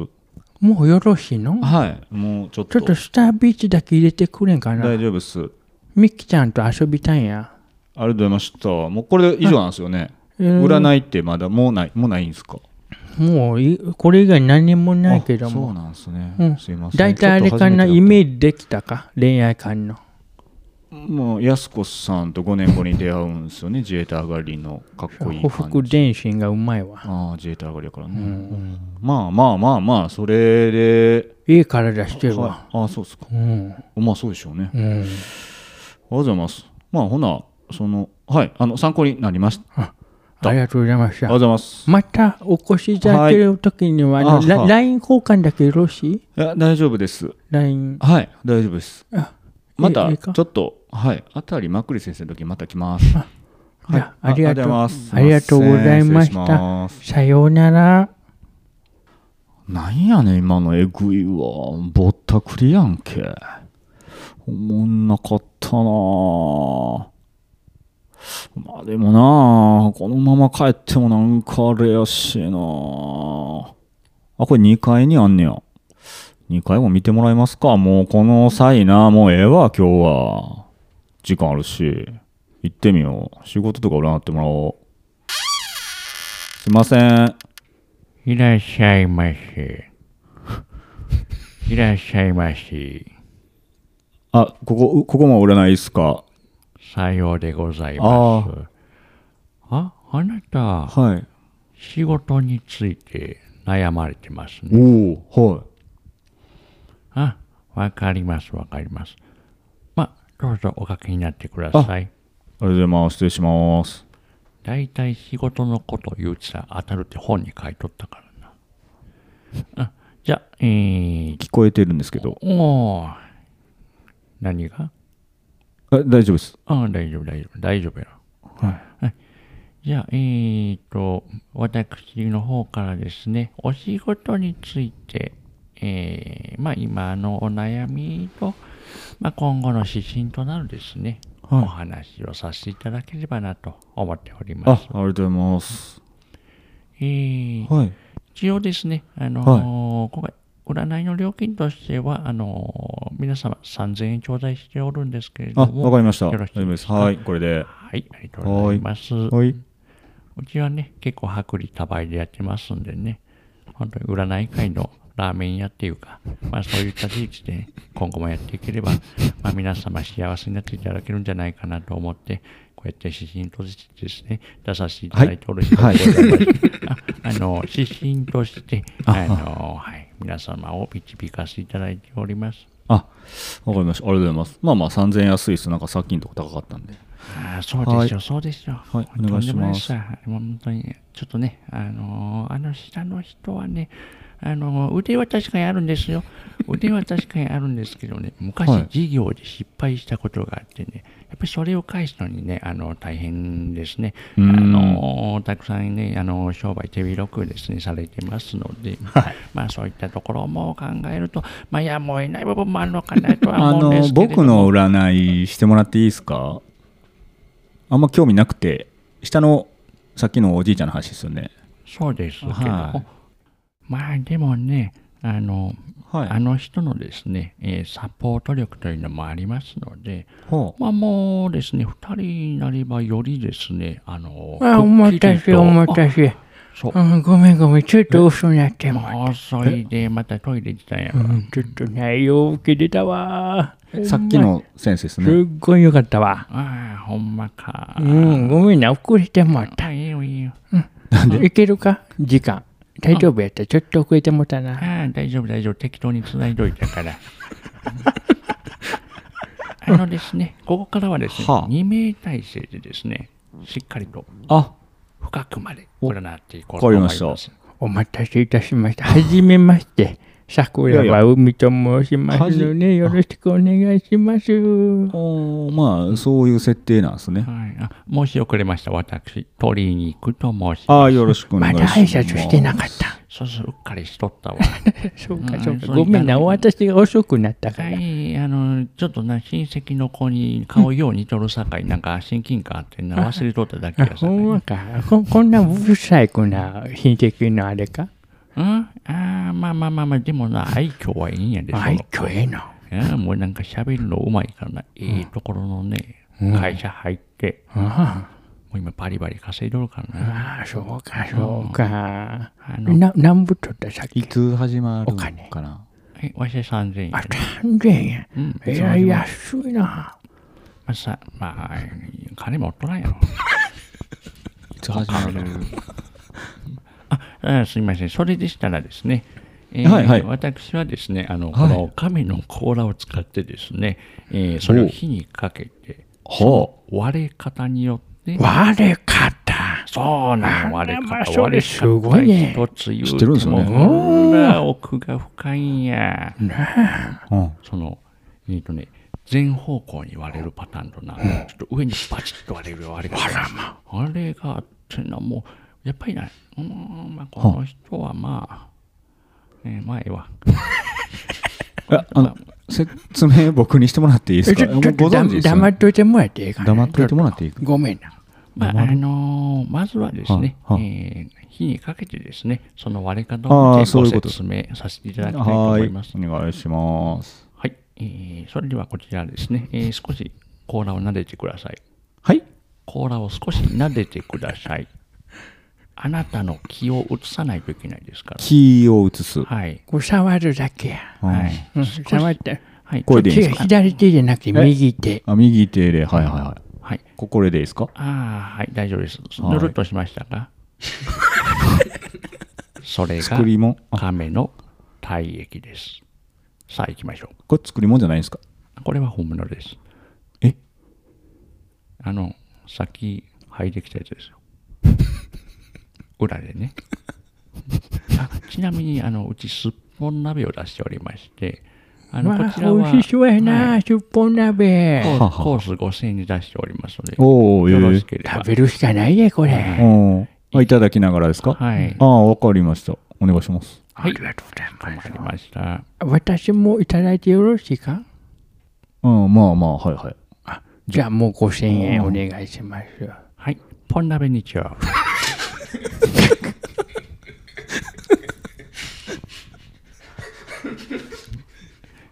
[SPEAKER 4] もうよろしいの
[SPEAKER 1] はい。もうちょっ
[SPEAKER 4] ちょ
[SPEAKER 1] と。
[SPEAKER 4] っとスタービーチだけ入れてくれんか
[SPEAKER 1] 大
[SPEAKER 4] な。
[SPEAKER 1] 丈夫です。
[SPEAKER 4] ミキちゃんと遊びたいんや。
[SPEAKER 1] ありがとうございました。もうこれで以上なんですよね。
[SPEAKER 4] うん
[SPEAKER 1] 占いってまだもうない、もうないんですか
[SPEAKER 4] もういこれ以外何もないけど
[SPEAKER 1] あ
[SPEAKER 4] も
[SPEAKER 1] そう。なんですね。
[SPEAKER 4] うん
[SPEAKER 1] すいません。
[SPEAKER 4] 大体あれかな、イ
[SPEAKER 1] ージ。
[SPEAKER 4] メージできたか、恋愛観の。
[SPEAKER 1] もう、やすこさんと5年後に出会うんですよね。自衛隊上がりのかっこいい
[SPEAKER 4] ほ
[SPEAKER 1] 感
[SPEAKER 4] ふ
[SPEAKER 1] じ。
[SPEAKER 4] く前進がうまいわ。
[SPEAKER 1] ああ自衛隊上がりやからね、うんまあまあまあまあそれで
[SPEAKER 4] いい体してるわ。
[SPEAKER 1] はいああそうですか
[SPEAKER 4] うん。
[SPEAKER 1] まあそうでしょうね、あり
[SPEAKER 4] うん。
[SPEAKER 1] がとうございますまあほなそのはいあの参考になりましたあ
[SPEAKER 4] ありがとうございまし
[SPEAKER 1] りが
[SPEAKER 4] た
[SPEAKER 1] とうご。ざいます
[SPEAKER 4] またお越しいただけるときには、あの
[SPEAKER 1] はいあ
[SPEAKER 4] ラ
[SPEAKER 1] はい
[SPEAKER 4] LINE 交換だけよろしい
[SPEAKER 1] いや大丈夫です
[SPEAKER 4] ?LINE。
[SPEAKER 1] はい大丈夫です
[SPEAKER 4] あ
[SPEAKER 1] ま
[SPEAKER 4] いい
[SPEAKER 1] た
[SPEAKER 4] い
[SPEAKER 1] ち
[SPEAKER 4] か
[SPEAKER 1] ょっとはいあたりまっくり先生の時また来ます
[SPEAKER 4] じゃあありがとう
[SPEAKER 1] あ
[SPEAKER 4] ありがとうございまし
[SPEAKER 1] すません失礼
[SPEAKER 4] た。
[SPEAKER 1] ます
[SPEAKER 4] さようなら。
[SPEAKER 1] なんやねん今のえぐいわぼったくりやんけおもんなかったなあまあでもなあこのまま帰ってもなんかあれやしなああこれ2階にあんねや2階も見てもらえますかもうこの際なもうええわ今日は時間あるし行ってみよう仕事とか占ってもらおうすいません
[SPEAKER 9] いらっしゃいませ。いらっしゃいませ。
[SPEAKER 1] あ、ここ、ここも占いですか。
[SPEAKER 9] さようでございます。あ、あなた、
[SPEAKER 1] はい。
[SPEAKER 9] 仕事について悩まれてますね。
[SPEAKER 1] おお、はい。
[SPEAKER 9] あ、わかります、わかります。まあ、どうぞおかけになってください。
[SPEAKER 1] ありがとうございます。失礼します。
[SPEAKER 9] 大体仕事のこと言うてさ、当たるって本に書いとったからな。あ、じゃあ、えー、
[SPEAKER 1] 聞こえてるんですけど。
[SPEAKER 9] おー何が
[SPEAKER 1] あ大丈夫です。
[SPEAKER 9] ああ、大丈夫、大丈夫、大丈夫や。はい。じゃあ、えーと、私の方からですね、お仕事について、えー、まあ今のお悩みと、まあ今後の指針となるですね、お話をさせていただければなと思っており
[SPEAKER 1] あ、あ
[SPEAKER 9] ます。
[SPEAKER 1] りがとうございます。
[SPEAKER 9] えー、
[SPEAKER 1] はい。
[SPEAKER 9] 一応ですね、あのー
[SPEAKER 1] はい
[SPEAKER 9] 今回、占いの料金としては、あのー皆様3000円頂戴しておるんですけれ
[SPEAKER 1] あ、
[SPEAKER 9] ども、
[SPEAKER 1] わかりました。
[SPEAKER 9] よ
[SPEAKER 1] 大
[SPEAKER 9] ろしい
[SPEAKER 1] 丈夫
[SPEAKER 9] で
[SPEAKER 1] ですす。
[SPEAKER 9] か
[SPEAKER 1] はい、これで。
[SPEAKER 9] はい、ありがとうございます。
[SPEAKER 1] はい。
[SPEAKER 9] うちはね、結構薄利多売でやってますんでね、本当に占い界のラーメン屋っていうか、まあそういった立地で今後もやっていければ、まあ皆様幸せになっていただけるんじゃないかなと思って、こうやって指針としてですね、出させていただいておるんで ございます。ああの、指針として、あの、はい、皆様を導かせていただいております。
[SPEAKER 1] あ、わかりました。ありがとうございます。まあまあ、3000円安いです。なんかさっきのとこ高かったんで。
[SPEAKER 9] ああそうでしょ、そうでしょ。
[SPEAKER 1] はいお願いします
[SPEAKER 9] とんでもないさもう本当に、ちょっとね、あのーあの下の人はね、あのー腕は確かにあるんで すよ。腕は確かにあるんですけどね、
[SPEAKER 1] はい
[SPEAKER 9] 昔事業で失敗したことがあってね、やっぱりそれを返すのにね、あの大変ですね。あのーたくさんね、あのー商売手広くですね、されてますので、まあそういったところも考えると、まあやむを得ない部分もあるのかなとは
[SPEAKER 1] あ
[SPEAKER 9] 思うんで
[SPEAKER 1] の
[SPEAKER 9] すけれども。
[SPEAKER 1] 僕の占いしてもらっていいですかあんま興味なくて下のさっきのおじいちゃんの話ですよね
[SPEAKER 9] そうですけども、
[SPEAKER 1] はい
[SPEAKER 9] まあでもねあの、
[SPEAKER 1] はい
[SPEAKER 9] あの人のですね、えーサポート力というのもありますので、
[SPEAKER 1] ほ
[SPEAKER 9] まあもうですね、2人になればよりですね、あの、
[SPEAKER 4] あ、思ったし、思った
[SPEAKER 9] し。
[SPEAKER 4] し。
[SPEAKER 9] そ
[SPEAKER 4] う
[SPEAKER 9] う
[SPEAKER 4] ん、ごめんごめん、ちょっと嘘になっても。
[SPEAKER 9] あ遅いで、またトイレ行ったんや
[SPEAKER 4] う
[SPEAKER 9] ろ。
[SPEAKER 4] ん、ちょっと内容受けてたわ。
[SPEAKER 1] うさっきの先生です
[SPEAKER 4] す
[SPEAKER 1] ね
[SPEAKER 4] っごいよかったわ。
[SPEAKER 9] ああ、ほんまか。
[SPEAKER 4] うん、ごめんな、遅れてもらった。
[SPEAKER 9] あいいよいいよ。
[SPEAKER 4] いけるか時間。大丈夫やった。ちょっと遅れてもらったな。
[SPEAKER 9] ああ、大丈夫、大丈夫。適当に繋いどいたから。 あのですね、ここからはですね、
[SPEAKER 1] はあ
[SPEAKER 9] 2名体制でですね、しっかりと
[SPEAKER 1] あ
[SPEAKER 9] 深くまで占っていこうと
[SPEAKER 1] わかりま
[SPEAKER 9] 思いま
[SPEAKER 1] し
[SPEAKER 9] す。
[SPEAKER 1] た
[SPEAKER 4] お待たせいたしました。はじめまして。桜は海と申しますので、よろしくお願いします。
[SPEAKER 1] おーまあそういう設定なんですね
[SPEAKER 9] はい、あ申し遅れました、私、鳥居に行くと申し
[SPEAKER 1] ああよろしくお願
[SPEAKER 4] ま
[SPEAKER 1] いし
[SPEAKER 4] だ
[SPEAKER 1] ます
[SPEAKER 4] 挨拶してなかった。
[SPEAKER 9] そうそう、うっかりしとったわ。
[SPEAKER 4] そうか、
[SPEAKER 9] うん
[SPEAKER 4] そうか。
[SPEAKER 9] そう
[SPEAKER 4] ごめんな、
[SPEAKER 9] いいな
[SPEAKER 4] 私が遅くなったか
[SPEAKER 9] は
[SPEAKER 4] ら。
[SPEAKER 9] い、あの、ちょっとな、親戚の子に顔よう似とるさかい、なんか親近感あってな、忘れとっただけ
[SPEAKER 4] あ、
[SPEAKER 9] や
[SPEAKER 4] ほ
[SPEAKER 9] さかい。
[SPEAKER 4] んまか。ここんな不細工な親戚のあれか。
[SPEAKER 9] うんああ、まあまあまあまあ、でもな、愛嬌はいいんやで、その
[SPEAKER 4] 愛嬌ええの。
[SPEAKER 9] ああもうなんか喋るのうまいからな、いいところのね、会社入って、も
[SPEAKER 4] あ
[SPEAKER 9] う今バリバリ稼いどるから
[SPEAKER 4] あ
[SPEAKER 9] な。
[SPEAKER 4] ああ、そうか、そうか。
[SPEAKER 9] あの、
[SPEAKER 4] な何部取ったさっき
[SPEAKER 1] い。つ始まるの
[SPEAKER 4] お金
[SPEAKER 1] かな
[SPEAKER 9] えわし3000円や
[SPEAKER 4] あ
[SPEAKER 9] ね、、
[SPEAKER 4] 3000円。
[SPEAKER 9] うん
[SPEAKER 4] えらい安いな。
[SPEAKER 9] まあさ、まあ、金持っとらんやろ。
[SPEAKER 1] いつ始まる
[SPEAKER 9] ああすいません、それでしたらですね、えー
[SPEAKER 1] はいはい
[SPEAKER 9] 私はですね、あの、この亀の甲羅を使ってですね、えーそれを火にかけて、
[SPEAKER 1] ほ
[SPEAKER 9] 割れ方によって、
[SPEAKER 4] 割れ方。
[SPEAKER 9] そうなの、
[SPEAKER 4] あ
[SPEAKER 9] 割
[SPEAKER 4] ら
[SPEAKER 9] れ
[SPEAKER 4] まあ
[SPEAKER 9] 方、
[SPEAKER 4] そ
[SPEAKER 9] 割
[SPEAKER 4] れ
[SPEAKER 9] れ
[SPEAKER 4] すごいね
[SPEAKER 9] 方一つ言う
[SPEAKER 1] 知ってるんですよね
[SPEAKER 9] てもほら奥が深いんや。
[SPEAKER 1] う、うん、
[SPEAKER 9] その、えっとね、全方向に割れるパターンとな、ちょっと上にバチッと割れる割れ方あれがあってな、もう、やっぱりな、うーん、まあ、この人はまあ、えー、前は。
[SPEAKER 1] えあの説明僕にしてもらっていいです
[SPEAKER 4] えち
[SPEAKER 1] か
[SPEAKER 4] ょちょっ
[SPEAKER 1] ご
[SPEAKER 4] とだ
[SPEAKER 1] 存知ですよ
[SPEAKER 4] 黙
[SPEAKER 1] ね
[SPEAKER 4] っといてもらっていいかな。
[SPEAKER 1] 黙っといてもらっていいか
[SPEAKER 4] ごめんな。
[SPEAKER 9] まあ、あのーまずはですね、
[SPEAKER 1] はは
[SPEAKER 9] えー火にかけてですね、その割れ方
[SPEAKER 1] あー
[SPEAKER 9] を見て
[SPEAKER 1] そう
[SPEAKER 9] ご
[SPEAKER 1] いうこと
[SPEAKER 9] 説明させていただきたいと
[SPEAKER 1] は
[SPEAKER 9] 思
[SPEAKER 1] ー
[SPEAKER 9] い
[SPEAKER 1] い
[SPEAKER 9] ます。
[SPEAKER 1] お願いします
[SPEAKER 9] はい、えーそれではこちらですね、えー少し甲羅を撫でてください。
[SPEAKER 1] はい
[SPEAKER 9] 甲羅を少し撫でてください。 あなたの気を移さないといけないですから。
[SPEAKER 1] キーを移す
[SPEAKER 9] はい。
[SPEAKER 4] こう触るだけや。
[SPEAKER 9] はい。
[SPEAKER 4] うん触って。
[SPEAKER 9] はい。
[SPEAKER 1] これでいいん
[SPEAKER 4] 違
[SPEAKER 1] で
[SPEAKER 4] う
[SPEAKER 1] すか
[SPEAKER 4] 左手じゃなくて右手。
[SPEAKER 1] あ右手で、はいはいはい。
[SPEAKER 9] はい。
[SPEAKER 1] ここれでいいですか
[SPEAKER 9] ああ、はい、大丈夫です。
[SPEAKER 1] はい
[SPEAKER 9] ぬるっとしまし たかそれが
[SPEAKER 1] 作りもんあ
[SPEAKER 9] 亀の体液です。さあ行きましょ
[SPEAKER 1] これ作り物じゃないんですか
[SPEAKER 9] う。これは本物です。
[SPEAKER 1] え
[SPEAKER 9] あの、さっき履いてきたやつです よ。裏でね。あちなみに、あの、うちすっぽん鍋を出しておりまして、あの、
[SPEAKER 4] ま
[SPEAKER 9] こ
[SPEAKER 4] あ
[SPEAKER 9] ち、らは、
[SPEAKER 4] 美味しそうや
[SPEAKER 9] は
[SPEAKER 4] な、
[SPEAKER 9] い
[SPEAKER 4] すっぽん鍋。
[SPEAKER 9] コ
[SPEAKER 1] はは
[SPEAKER 9] ーコース5000円に出しておりますので、
[SPEAKER 1] おー
[SPEAKER 9] よろしければ
[SPEAKER 4] 食。べるしかないで、これ。
[SPEAKER 1] うんあいただきながらですか
[SPEAKER 9] はい
[SPEAKER 1] ああ、わかりました。お願いします。
[SPEAKER 9] はい、ありがとうございます。わかりました。
[SPEAKER 4] 私もいただいてよろしいか
[SPEAKER 1] うん、まあまあ、はいはい。
[SPEAKER 4] じゃあもう5000円お願いします。
[SPEAKER 9] はい、ポン鍋にちは。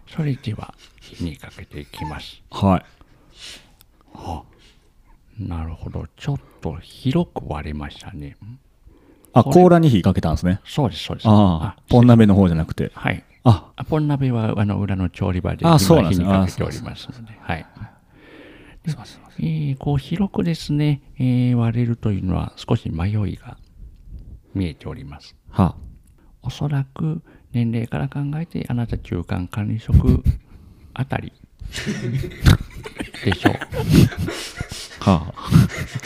[SPEAKER 9] それでは火にかけていきます。
[SPEAKER 1] はい。
[SPEAKER 9] なるほど、ちょっと広く割れましたね。
[SPEAKER 1] あ、甲羅に火かけたんですね。
[SPEAKER 9] そうです、そうです。
[SPEAKER 1] ああ、ポン鍋の方じゃなくて。
[SPEAKER 9] あはい。
[SPEAKER 1] あ、
[SPEAKER 9] あポン鍋はあの裏の調理場で
[SPEAKER 1] あ
[SPEAKER 9] 今
[SPEAKER 1] そうなんで
[SPEAKER 9] 火
[SPEAKER 1] すね
[SPEAKER 9] にかけておりますので、はい。でえーこう広くですね、えー割れるというのは少し迷いが見えております。
[SPEAKER 1] は
[SPEAKER 9] おそらく年齢から考えてあなた中間管理職あたりでしょう。
[SPEAKER 1] あ。はあ。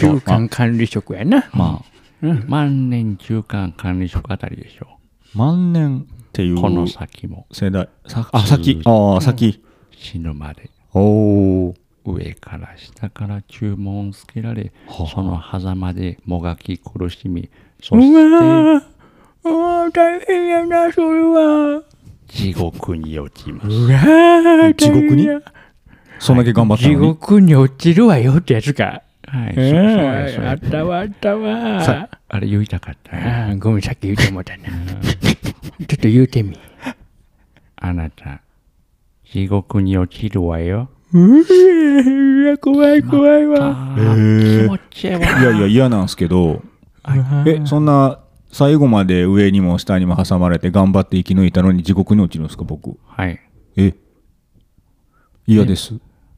[SPEAKER 4] 中間管理職やな。
[SPEAKER 9] まあ、万年中間管理職あたりでしょ。
[SPEAKER 1] 万年っていうう
[SPEAKER 9] この先も
[SPEAKER 1] 世代。さあ、先。ああ、先。
[SPEAKER 9] 死ぬまで
[SPEAKER 1] おお。
[SPEAKER 9] 上から下から注文をつけられ、その狭間でもがき苦しみ、そし
[SPEAKER 4] うわー大変やな、それは。
[SPEAKER 9] て地獄に落ちます。
[SPEAKER 4] うわー
[SPEAKER 1] 地獄に
[SPEAKER 4] 大変や
[SPEAKER 1] そんだけ頑張った
[SPEAKER 4] 地
[SPEAKER 1] のに。
[SPEAKER 4] 獄に落ちるわよってやつか。
[SPEAKER 9] はい、
[SPEAKER 4] う
[SPEAKER 9] そそうやそうんや
[SPEAKER 4] あったわ、あったわ。
[SPEAKER 9] あれ言いたかったね。
[SPEAKER 4] あーごめん、さっき言うてもうたな。ちょっと言うてみ。
[SPEAKER 9] あなた、地獄に落ちるわよ。
[SPEAKER 4] うーいや、怖い怖いわ。
[SPEAKER 9] あ
[SPEAKER 1] へ
[SPEAKER 9] ー
[SPEAKER 1] え
[SPEAKER 9] 気持ちええわ。
[SPEAKER 1] いやいや、嫌なんですけど。え、そんな、最後まで上にも下にも挟まれて頑張って生き抜いたのに地獄に落ちるんですか、僕。
[SPEAKER 9] はい。
[SPEAKER 1] え嫌です。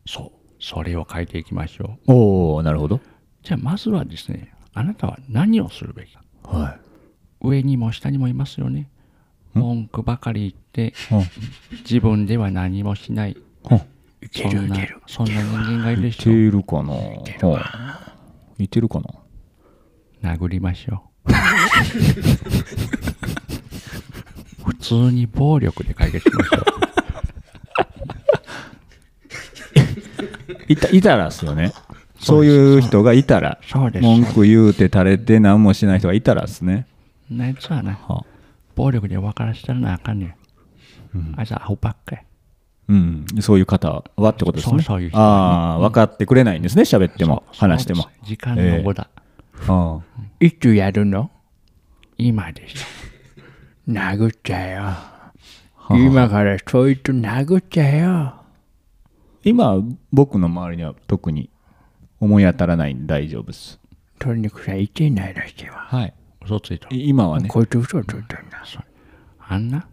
[SPEAKER 9] そう。それを変えていきましょう。
[SPEAKER 1] おおなるほど。
[SPEAKER 9] じゃあ、まずはですね、あなたは何をするべきか。
[SPEAKER 1] は
[SPEAKER 9] 上にも下にもいますよね。文句ばかり言って、
[SPEAKER 1] い。うん。
[SPEAKER 9] 自分では何もしない。
[SPEAKER 1] うん
[SPEAKER 9] いけるいける。そんな人間がいるで
[SPEAKER 1] い
[SPEAKER 9] してょう。
[SPEAKER 1] るかな似てる,、はい、似てるかな
[SPEAKER 9] 殴りましょう。 普通に暴力で解決しましょう。
[SPEAKER 1] いたいたらっすよね。そういう人がいたら、
[SPEAKER 9] そうです
[SPEAKER 1] 文句言うて垂れて何もしない人がいたらっすね。
[SPEAKER 9] なやつはな、
[SPEAKER 1] は
[SPEAKER 9] 暴力で分からしたらなあかんねん。あいつはアホばっかや。
[SPEAKER 1] うん、そういう方はってことですね。
[SPEAKER 9] そうそういう人
[SPEAKER 1] ああ、分かってくれないんですね、喋っても、話しても
[SPEAKER 9] そう。です時間の無駄。
[SPEAKER 1] ああ
[SPEAKER 4] いつやるの
[SPEAKER 9] 今でしょ。
[SPEAKER 4] 殴っちゃえよ。今からそいつ殴っちゃえよ。
[SPEAKER 1] 今、僕の周りには特に思い当たらないんで大丈夫です。
[SPEAKER 4] とにかくさ、いてないらしいわ。
[SPEAKER 1] はい。
[SPEAKER 9] 嘘ついた。
[SPEAKER 1] い今はね。
[SPEAKER 4] こいつ嘘ついたんだ。
[SPEAKER 9] あんな、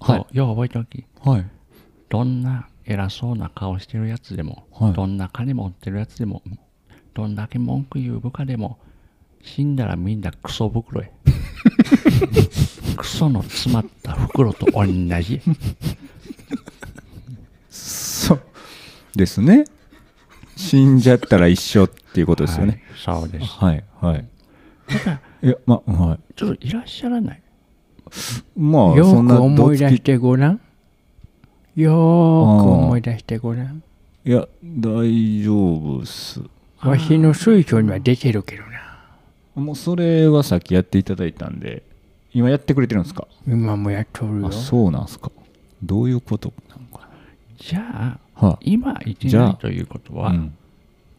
[SPEAKER 1] はい
[SPEAKER 9] ようよう覚えておき。
[SPEAKER 1] はい。
[SPEAKER 9] どんな偉そうな顔してるやつでも、
[SPEAKER 1] はい
[SPEAKER 9] どんな金持ってるやつでも、どんだけ文句言う部下でも、死んだらみんなクソ袋 へ。クソの詰まった袋と同じ。
[SPEAKER 1] そう。ですね。死んじゃったら一緒っていうことですよね。
[SPEAKER 9] はいそうです。
[SPEAKER 1] はい、はい。いや、ま、はい。
[SPEAKER 9] ちょっといらっしゃらない。
[SPEAKER 1] まあ、
[SPEAKER 4] よ
[SPEAKER 1] そん
[SPEAKER 4] ー
[SPEAKER 1] な
[SPEAKER 4] く思い
[SPEAKER 1] ど
[SPEAKER 4] 出
[SPEAKER 1] つき
[SPEAKER 4] してごらん。よーく思い出してごらん。
[SPEAKER 1] いや、大丈夫っす。
[SPEAKER 4] わしの水晶には出てるけどな。
[SPEAKER 1] もうそれはさっきやっていただいたんで、今やってくれてるんですか
[SPEAKER 4] 今もやっとるよ
[SPEAKER 1] あ、。そうなんすか。どういうことなんか
[SPEAKER 9] じゃあ、
[SPEAKER 1] な。は
[SPEAKER 9] 今いて
[SPEAKER 1] じゃ
[SPEAKER 9] な
[SPEAKER 1] あ
[SPEAKER 9] いということ
[SPEAKER 1] あ、
[SPEAKER 9] は、
[SPEAKER 1] うん。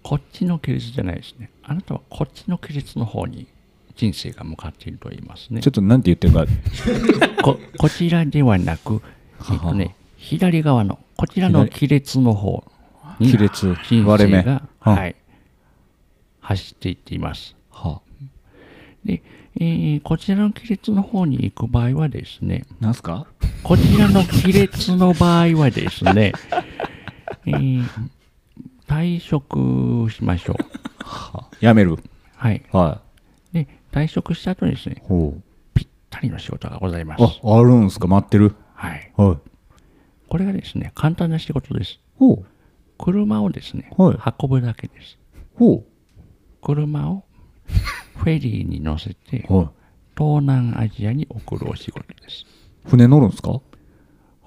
[SPEAKER 9] こっちの規律じゃないですね。あなたはこっちの規律の方に人生が向かっていると言いますね
[SPEAKER 1] ちょ。っとなんて言ってるか、
[SPEAKER 9] ここちらではなく、えっとね、左側の、こちらの
[SPEAKER 1] 左
[SPEAKER 9] 亀裂の方に
[SPEAKER 1] 亀裂
[SPEAKER 9] 人
[SPEAKER 1] 割れ目
[SPEAKER 9] 生が、
[SPEAKER 1] は
[SPEAKER 9] はい、走っていっています。
[SPEAKER 1] は
[SPEAKER 9] で、えーこちらの亀裂の方に行く場合はですね、
[SPEAKER 1] なんすか
[SPEAKER 9] こちらの亀裂の場合はですね、 えー退職しましょう。
[SPEAKER 1] やめる。
[SPEAKER 9] はい。
[SPEAKER 1] は
[SPEAKER 9] で、退職した後にですね
[SPEAKER 1] い。、ほう。
[SPEAKER 9] ぴったりの仕事がございます。
[SPEAKER 1] あ、あるんすか待ってる。
[SPEAKER 9] はい。
[SPEAKER 1] はい。
[SPEAKER 9] これがですね、簡単な仕事です。
[SPEAKER 1] ほう。
[SPEAKER 9] 車をですね、
[SPEAKER 1] はい
[SPEAKER 9] 運ぶだけです。
[SPEAKER 1] ほ
[SPEAKER 9] 車をフェリーに乗せて、
[SPEAKER 1] う。はい。
[SPEAKER 9] 東南アジアに送るお仕事です。
[SPEAKER 1] 船乗るんすか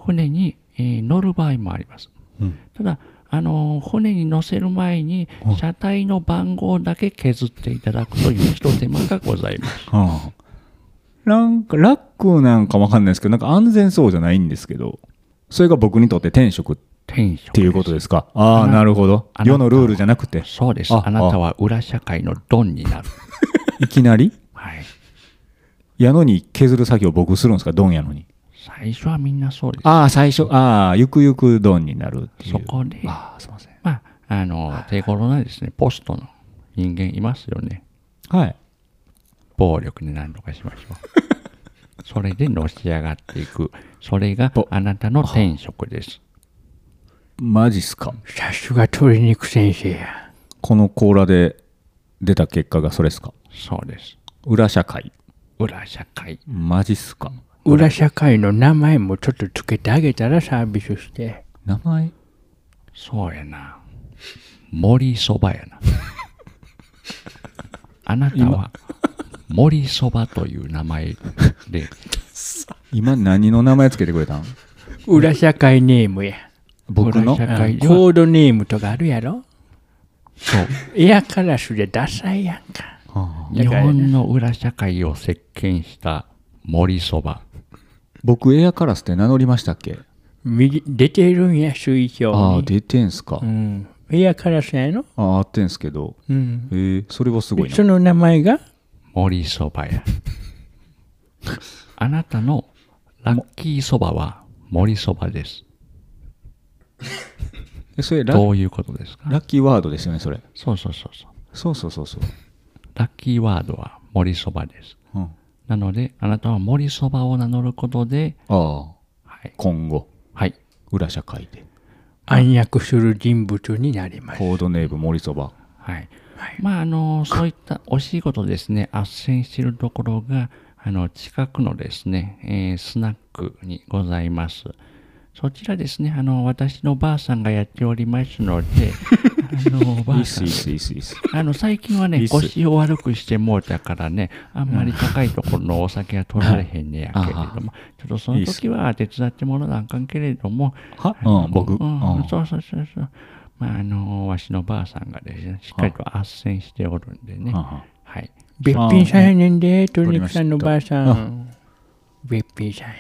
[SPEAKER 9] 船に、えー乗る場合もあります。ただ、あのー船に乗せる前に車体の番号だけ削っていただくという一手間がござ います。
[SPEAKER 1] はあ。なんか、ラックなんかわかんないですけど、なんか安全そうじゃないんですけど、それが僕にとって転職っ
[SPEAKER 9] 転職
[SPEAKER 1] ていうことですか。ああ、
[SPEAKER 9] あな
[SPEAKER 1] なるほど
[SPEAKER 9] あ。なた
[SPEAKER 1] 世のルールじゃなくて、
[SPEAKER 9] そうです。
[SPEAKER 1] あ
[SPEAKER 9] あなたは裏社会のドンになる。
[SPEAKER 1] いきなり
[SPEAKER 9] はい。
[SPEAKER 1] 矢野に削る作業僕するんですか、ドンやのに。
[SPEAKER 9] 最初はみんなそうです。
[SPEAKER 1] ああ、最初、ああ、ゆくゆくドンになるっていう。
[SPEAKER 9] そこで、ま
[SPEAKER 1] ああ、すいません。
[SPEAKER 9] あ、あのー、手頃なですね、ポストの人間いますよね。
[SPEAKER 1] はい。
[SPEAKER 9] 暴力で何とかしましょ う。それでのし上がっていく。それがあなたの転職です。
[SPEAKER 1] マジっすか。
[SPEAKER 4] さすが鶏肉先生や。
[SPEAKER 1] この甲羅で出た結果がそれっすか。
[SPEAKER 9] そうです。
[SPEAKER 1] 裏社会。
[SPEAKER 9] 裏社会。
[SPEAKER 1] マジっすか。
[SPEAKER 4] 裏社会の名前もちょっとつけてあげたらサービスして。
[SPEAKER 1] 名前
[SPEAKER 9] そうやな。森そば やな。あなたは森そばという名前 で、
[SPEAKER 1] 今何の名前つけてくれたん
[SPEAKER 4] 裏社会ネームや。
[SPEAKER 1] 僕の
[SPEAKER 9] 裏社会では
[SPEAKER 4] コードネームとかあるやろ
[SPEAKER 9] そう
[SPEAKER 4] エアカラスでダサいやんか。
[SPEAKER 9] 日本の裏社会を席巻した森そば。
[SPEAKER 1] 僕エアカラスって名乗りましたっけ
[SPEAKER 4] 右出てるんや、水晶に。
[SPEAKER 1] ああ出てんすか、
[SPEAKER 4] うん。エアカラスやの
[SPEAKER 1] ああ合ってんすけど
[SPEAKER 4] うん。
[SPEAKER 1] えー、それはすごいな
[SPEAKER 4] その名前が
[SPEAKER 9] 森そばや。 あなたのラッキーそばは森そばです。
[SPEAKER 1] えそれラ
[SPEAKER 9] どういうことですか
[SPEAKER 1] ラッキーワードですよねそれ
[SPEAKER 9] そうそうそうそう。
[SPEAKER 1] そうそうそうそう、
[SPEAKER 9] ラッキーワードは森そばです。
[SPEAKER 1] うん、あ
[SPEAKER 9] なので、あなたは森そばを名乗ることで、
[SPEAKER 1] あ
[SPEAKER 9] はい。
[SPEAKER 1] 今後
[SPEAKER 9] はい。
[SPEAKER 1] 裏社会で
[SPEAKER 4] 暗躍する人物になります。
[SPEAKER 1] コードネーム森そば
[SPEAKER 9] はい。まあ、あの、そういったお仕事ですね、斡旋しているところが、あの、近くのですね、えースナックにございます。そちらですね、あの、私のばあさんがやっておりますので、 あの、ば
[SPEAKER 1] いい
[SPEAKER 9] あ
[SPEAKER 1] っすい
[SPEAKER 9] さん
[SPEAKER 1] いっ。すいいっすいいっす
[SPEAKER 9] あの最近はね
[SPEAKER 1] っ、す
[SPEAKER 9] 腰を悪くしてもうたからね、あんまり高いところのお酒は取られへんねやけれども、ちょっとその時は手伝ってもらわなあかんけれども、
[SPEAKER 1] は
[SPEAKER 9] あの
[SPEAKER 1] うん僕
[SPEAKER 9] う
[SPEAKER 1] うん
[SPEAKER 9] ん、そうそうそうそう。まあ、あの、わしのばあさんがですね、しっかりと斡旋しておるんでね。
[SPEAKER 1] はは
[SPEAKER 9] はい。
[SPEAKER 4] べっぴんさんやねんで、トニクさん
[SPEAKER 1] わ
[SPEAKER 4] のば
[SPEAKER 1] か
[SPEAKER 4] あさん。べっぴんさんや。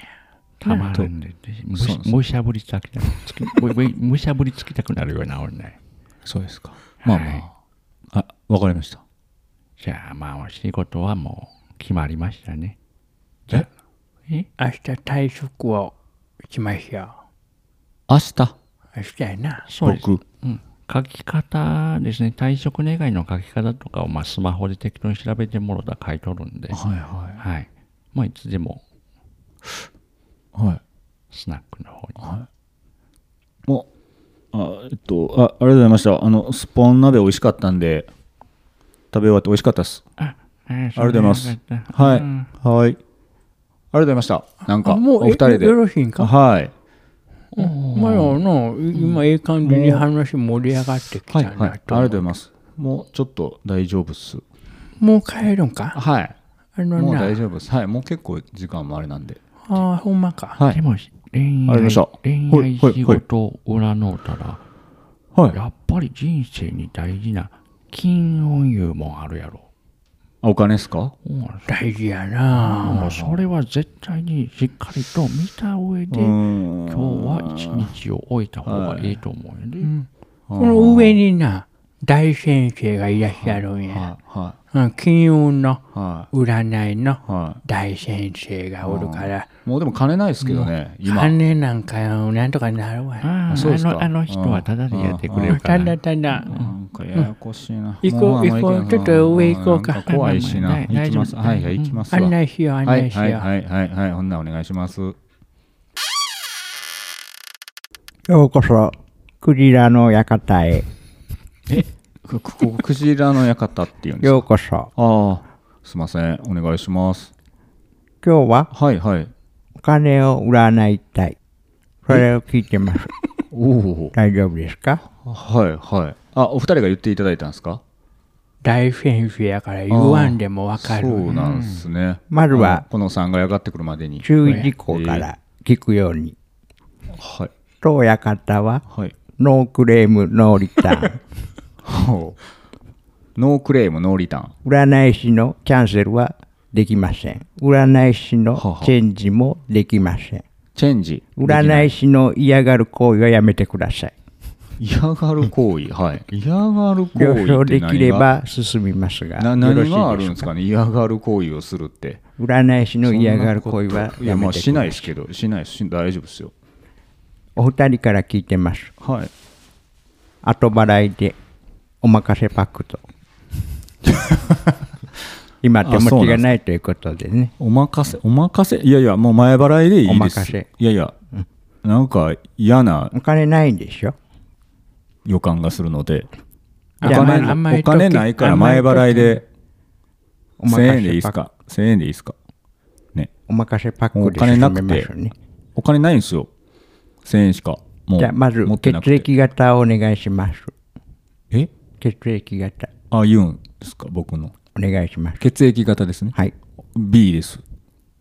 [SPEAKER 9] たまるんで、む
[SPEAKER 1] そう
[SPEAKER 9] し
[SPEAKER 1] なんです
[SPEAKER 9] むしゃぶりつきたくつき むむむしゃぶりつきたくなるような女。
[SPEAKER 1] そうですかまあまあ、あわかりました
[SPEAKER 9] じゃあ、まあ、お仕事はもう決まりましたね。
[SPEAKER 4] 明日退職をしましょう。
[SPEAKER 1] 明日
[SPEAKER 4] 明日やな。
[SPEAKER 9] そうです。
[SPEAKER 1] 僕
[SPEAKER 9] うん、書き方ですね、退職願の書き方とかを、まあ、スマホで適当に調べてもろたら書いとるんで、はい
[SPEAKER 1] はいは
[SPEAKER 9] まあ、いつでも
[SPEAKER 1] いはい
[SPEAKER 9] スナックの方に。
[SPEAKER 1] もうあえっとあありがとうございましたあのスポン鍋美味しかったんで食べ終わって美味しかったっす
[SPEAKER 9] あありが
[SPEAKER 1] ありがとうございます。はい。はい。ありがとうございました。なんか、
[SPEAKER 4] あも
[SPEAKER 1] お
[SPEAKER 4] う
[SPEAKER 1] 二人で。
[SPEAKER 4] よろしいんか
[SPEAKER 1] はい。
[SPEAKER 4] まだの、今、ええ感じに話盛り上がってき
[SPEAKER 1] は
[SPEAKER 4] た
[SPEAKER 1] い。はい。ありがとう
[SPEAKER 4] な
[SPEAKER 1] ござ
[SPEAKER 4] と。
[SPEAKER 1] います。もうちょっと大丈夫っす。
[SPEAKER 4] もう帰るんか
[SPEAKER 1] はい。
[SPEAKER 4] あの
[SPEAKER 1] もう
[SPEAKER 4] な
[SPEAKER 1] 大、丈夫っす。はい。もう結構時間もあれなんで。
[SPEAKER 4] ああ、ほんまか。
[SPEAKER 1] は
[SPEAKER 9] で
[SPEAKER 1] い。
[SPEAKER 9] も、恋
[SPEAKER 1] ありがとう
[SPEAKER 9] 愛
[SPEAKER 1] ございました
[SPEAKER 9] 恋愛
[SPEAKER 1] はいはい
[SPEAKER 9] 仕事を占うたら、
[SPEAKER 1] はい。
[SPEAKER 9] やっぱり人生に大事な金運輸もあるやろ。
[SPEAKER 1] あお金っすか
[SPEAKER 9] うん
[SPEAKER 4] 大事やな。
[SPEAKER 9] もうそれは絶対にしっかりと見た上で、
[SPEAKER 1] うー
[SPEAKER 9] 今
[SPEAKER 1] ん。
[SPEAKER 9] 日は一日を終えた方がいいと思うよね。
[SPEAKER 4] この上にな、大先生がいらっしゃるんや。
[SPEAKER 1] はい。は
[SPEAKER 4] うん金運の
[SPEAKER 1] い。は
[SPEAKER 4] 占いの
[SPEAKER 1] い。は
[SPEAKER 4] 大先生がおるから、
[SPEAKER 1] い。もうでも金ないっすけどね。今。
[SPEAKER 4] 金なんかなんとかなるわ。
[SPEAKER 9] ああ
[SPEAKER 1] そうですか
[SPEAKER 9] あのあの人はただでやってくれるか
[SPEAKER 4] た
[SPEAKER 9] ら。
[SPEAKER 4] だただ、
[SPEAKER 1] なんかややこしいな。
[SPEAKER 4] 行こう
[SPEAKER 1] もまあまあ
[SPEAKER 4] 行こうちょっと上行こうか
[SPEAKER 1] なん怖いし
[SPEAKER 9] まあ
[SPEAKER 1] な。
[SPEAKER 9] まあまあ
[SPEAKER 1] 行きます。はい。はい。行きますわ。
[SPEAKER 4] 案内しよう、案
[SPEAKER 1] はい
[SPEAKER 4] 内し
[SPEAKER 1] はい
[SPEAKER 4] よ
[SPEAKER 1] はいはいはい、ほんならお願いします。
[SPEAKER 6] ようこそ、クジラの館へ。
[SPEAKER 1] こここクジラの館っていうんです
[SPEAKER 6] よう
[SPEAKER 1] か
[SPEAKER 6] こそ。
[SPEAKER 1] ああすいませんお願いします
[SPEAKER 6] 今日は
[SPEAKER 1] はいはい
[SPEAKER 6] お金を占いたい。それを聞いてます。
[SPEAKER 1] おお
[SPEAKER 6] 大丈夫ですか
[SPEAKER 1] はいはいあお二人が言っていただいたんですか
[SPEAKER 4] 大先生やから言わんでもわかる。
[SPEAKER 1] そうなんですね
[SPEAKER 6] まずは
[SPEAKER 1] あのこの3が上がってくるまでに
[SPEAKER 6] 注意事項から聞くように。
[SPEAKER 1] はい
[SPEAKER 6] 当館は、
[SPEAKER 1] はい
[SPEAKER 6] ノークレーム、ノーリ ターン。
[SPEAKER 1] ほう ノークレームノーリターン
[SPEAKER 6] 占い師のキャンセルはできません。占い師の
[SPEAKER 1] はは
[SPEAKER 6] チェンジもできません。
[SPEAKER 1] チェンジ
[SPEAKER 6] 占い師の嫌がる行為はやめてください。
[SPEAKER 1] 嫌がる行為 はい嫌がる行為
[SPEAKER 6] 了承
[SPEAKER 1] って何
[SPEAKER 6] で
[SPEAKER 1] が
[SPEAKER 6] きれば進みますが。
[SPEAKER 1] な
[SPEAKER 6] よろし
[SPEAKER 1] 何
[SPEAKER 6] い
[SPEAKER 1] があるん
[SPEAKER 6] で
[SPEAKER 1] ですす
[SPEAKER 6] か
[SPEAKER 1] かね嫌がる行為をするって
[SPEAKER 6] 占い師の嫌がる行為はやめてくださ
[SPEAKER 1] いやまあしないですけどしないですし大丈夫ですよ
[SPEAKER 6] お二人から聞いてます。
[SPEAKER 1] はい
[SPEAKER 6] 後払いでお任せパ ックと。今手持ちがないということでね。
[SPEAKER 1] お任せお任せいやいやもう前払いでいいです
[SPEAKER 6] お任せ
[SPEAKER 1] いやいやなんか嫌な
[SPEAKER 6] お金ないんでしょ
[SPEAKER 1] 予感がするのでお
[SPEAKER 4] あんまりあんま
[SPEAKER 1] 金
[SPEAKER 4] り
[SPEAKER 1] お金ないから前払いで
[SPEAKER 6] お任せ
[SPEAKER 1] 1000円でいいです
[SPEAKER 6] パック
[SPEAKER 1] か1000円でいいですかね
[SPEAKER 6] お任せパッ
[SPEAKER 1] もうお
[SPEAKER 6] クで
[SPEAKER 1] 金な
[SPEAKER 6] 進
[SPEAKER 1] く
[SPEAKER 6] め
[SPEAKER 1] て
[SPEAKER 6] ましょうね。
[SPEAKER 1] お金ないんですよ1000円しかもう
[SPEAKER 6] じゃあまず
[SPEAKER 1] 持ってなく
[SPEAKER 6] 血
[SPEAKER 1] て
[SPEAKER 6] 液型をお願いします。
[SPEAKER 1] え
[SPEAKER 6] 血液型
[SPEAKER 1] あ言うんですか僕の
[SPEAKER 6] お願いします。
[SPEAKER 1] 血液型ですね
[SPEAKER 6] はい。
[SPEAKER 1] B です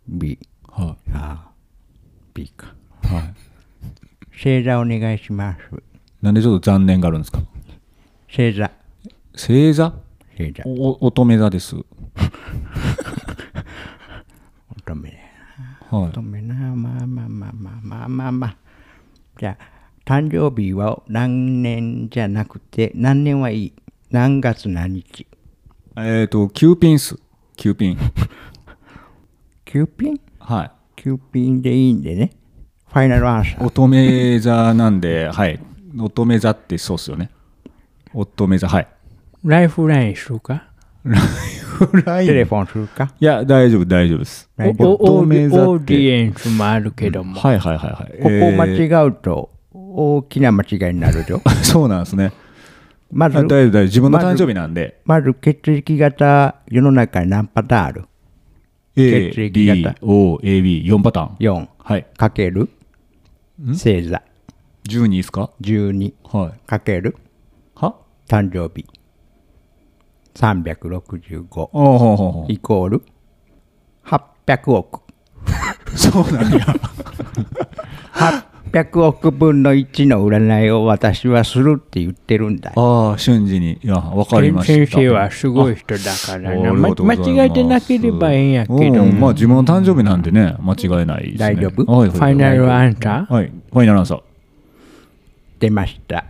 [SPEAKER 6] B。
[SPEAKER 1] は
[SPEAKER 6] ああ。B か。
[SPEAKER 1] い、はい、
[SPEAKER 6] 星座お願いします。
[SPEAKER 1] なんでちょっと残念があるんですか
[SPEAKER 6] 星座。
[SPEAKER 1] 星座
[SPEAKER 6] 星座。
[SPEAKER 1] お乙女座ですはい
[SPEAKER 6] 乙女だよ乙女な。まあまあまあまあまあまあまあ。じゃあ、誕生日は何年じゃなくて、何年はいい。何月何日。
[SPEAKER 1] えっ、ー、とキューピンっすキューピ ン
[SPEAKER 6] キューピン
[SPEAKER 1] はい
[SPEAKER 6] キューピンでいいんでね。ファイナルアンサー。
[SPEAKER 1] 乙女座なんで、はい。乙女座ってそうっすよね。乙女座、はい。
[SPEAKER 4] ライフラインしようか
[SPEAKER 6] テレフォンするか。
[SPEAKER 1] いや、大丈夫、大丈夫です。
[SPEAKER 4] おおオーディオーディエンスもあるけども。
[SPEAKER 1] はいはいはいはい。
[SPEAKER 6] ここを間
[SPEAKER 1] え
[SPEAKER 6] 違うと大きな間違いになるよ。
[SPEAKER 1] ーそうなんですね。
[SPEAKER 6] ま
[SPEAKER 1] あ
[SPEAKER 6] ず
[SPEAKER 1] 大、丈夫、大丈夫。自分の誕生日なんで。
[SPEAKER 6] まず血液型、世の中に何パターンあるず
[SPEAKER 1] A
[SPEAKER 6] 血、液
[SPEAKER 1] B
[SPEAKER 6] 型、
[SPEAKER 1] O、A、B、4パターン。
[SPEAKER 6] ?4
[SPEAKER 1] はい。
[SPEAKER 6] かける星座
[SPEAKER 1] 12ですか
[SPEAKER 6] 12
[SPEAKER 1] はい。
[SPEAKER 6] かける
[SPEAKER 1] は
[SPEAKER 6] 誕生日365
[SPEAKER 1] ああ、ほうほうほ
[SPEAKER 6] イコール800億
[SPEAKER 1] う。そうなんや。
[SPEAKER 6] 800億分の1の占いを私はするって言ってるんだ
[SPEAKER 1] ああ、瞬時に。いや、わかりました。
[SPEAKER 4] 先生はすごい人だから
[SPEAKER 1] あ
[SPEAKER 4] な。
[SPEAKER 1] あり
[SPEAKER 4] ま
[SPEAKER 1] がとうございます
[SPEAKER 4] 間違えてなければええんやけど
[SPEAKER 1] うんま
[SPEAKER 4] も。
[SPEAKER 1] あ自分の誕生日なんでね、間違いないですね。
[SPEAKER 6] 大丈夫
[SPEAKER 1] はい
[SPEAKER 4] ファイナルアンサー
[SPEAKER 1] はい、ファイナルアンサー。
[SPEAKER 6] 出ました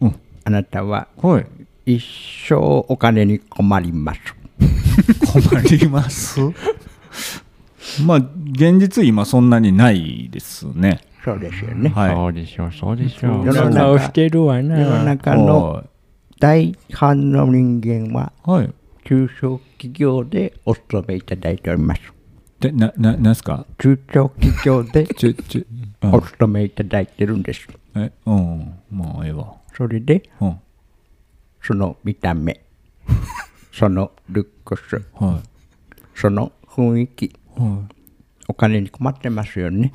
[SPEAKER 1] うん
[SPEAKER 6] あなたは
[SPEAKER 1] はい。
[SPEAKER 6] 一生お金に困ります
[SPEAKER 1] 困ります まあ現実今そんなにないですね
[SPEAKER 6] そうですよね
[SPEAKER 1] はい
[SPEAKER 9] そうでしょう、そうでしょう。
[SPEAKER 6] 世
[SPEAKER 4] そ
[SPEAKER 6] の
[SPEAKER 4] んなをし
[SPEAKER 6] 中
[SPEAKER 4] てるわ
[SPEAKER 6] 世の
[SPEAKER 4] な。
[SPEAKER 6] 中の大半の人間は
[SPEAKER 1] はい
[SPEAKER 6] 中小企業でお勤めいただいております
[SPEAKER 1] でなななんすか
[SPEAKER 6] 中小企業で
[SPEAKER 1] ちょちょうん
[SPEAKER 6] お勤めいただいてるんです。
[SPEAKER 1] えうんまあええわ
[SPEAKER 6] それで、
[SPEAKER 1] うん
[SPEAKER 6] その見 た目、そのルックス、
[SPEAKER 1] は
[SPEAKER 6] その雰囲気、
[SPEAKER 1] いはい
[SPEAKER 6] お金に困ってます よね。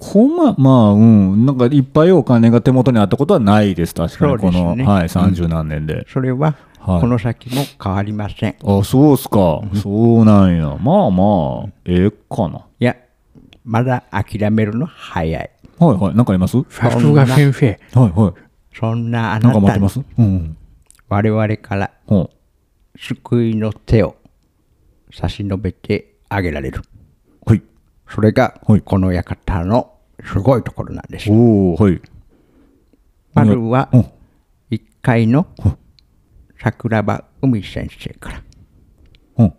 [SPEAKER 1] こままあうんなんかいっぱいお金が手元にあったことはないです確かに
[SPEAKER 6] そう
[SPEAKER 1] こ
[SPEAKER 6] です
[SPEAKER 1] の、
[SPEAKER 6] ね
[SPEAKER 1] はい30何年で、
[SPEAKER 6] それは、
[SPEAKER 1] はい
[SPEAKER 6] この先も変わりません。い
[SPEAKER 1] あそうっすかそうなんやまあまあええかな
[SPEAKER 6] や、まだ諦めるの早い。
[SPEAKER 1] はいはいなんかありますはい
[SPEAKER 4] さすが先生。
[SPEAKER 1] は
[SPEAKER 6] そんなあ
[SPEAKER 1] いなん
[SPEAKER 6] な
[SPEAKER 1] か待ったてま
[SPEAKER 6] に
[SPEAKER 1] すうん
[SPEAKER 6] 我々から
[SPEAKER 1] うん
[SPEAKER 6] 救いの手を差し伸べてあげられる。
[SPEAKER 1] はい
[SPEAKER 6] それが、
[SPEAKER 1] はい
[SPEAKER 6] この館のすごいところなんです。
[SPEAKER 1] おおはい
[SPEAKER 6] まずは
[SPEAKER 1] うん、
[SPEAKER 6] 1階の桜庭海先生から
[SPEAKER 1] うん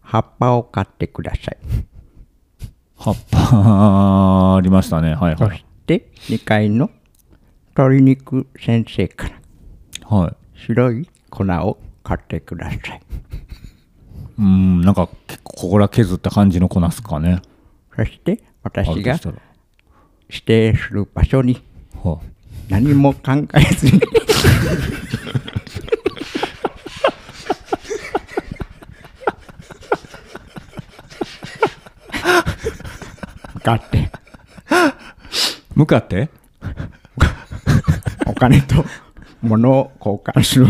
[SPEAKER 6] 葉っぱを買ってください。
[SPEAKER 1] 葉っぱありましたね。はいは
[SPEAKER 6] そ
[SPEAKER 1] い
[SPEAKER 6] し。て2階の鶏肉先生から
[SPEAKER 1] はい。
[SPEAKER 6] 白い粉を買ってください。
[SPEAKER 1] うん、なんか、結構ここら削った感じの粉っすかね。
[SPEAKER 6] そして
[SPEAKER 1] ある
[SPEAKER 6] 私
[SPEAKER 1] と
[SPEAKER 6] が
[SPEAKER 1] したら
[SPEAKER 6] 指定する場所に
[SPEAKER 1] は
[SPEAKER 6] 何も考えずに向かって
[SPEAKER 1] 向かって
[SPEAKER 6] お金と物を交 換する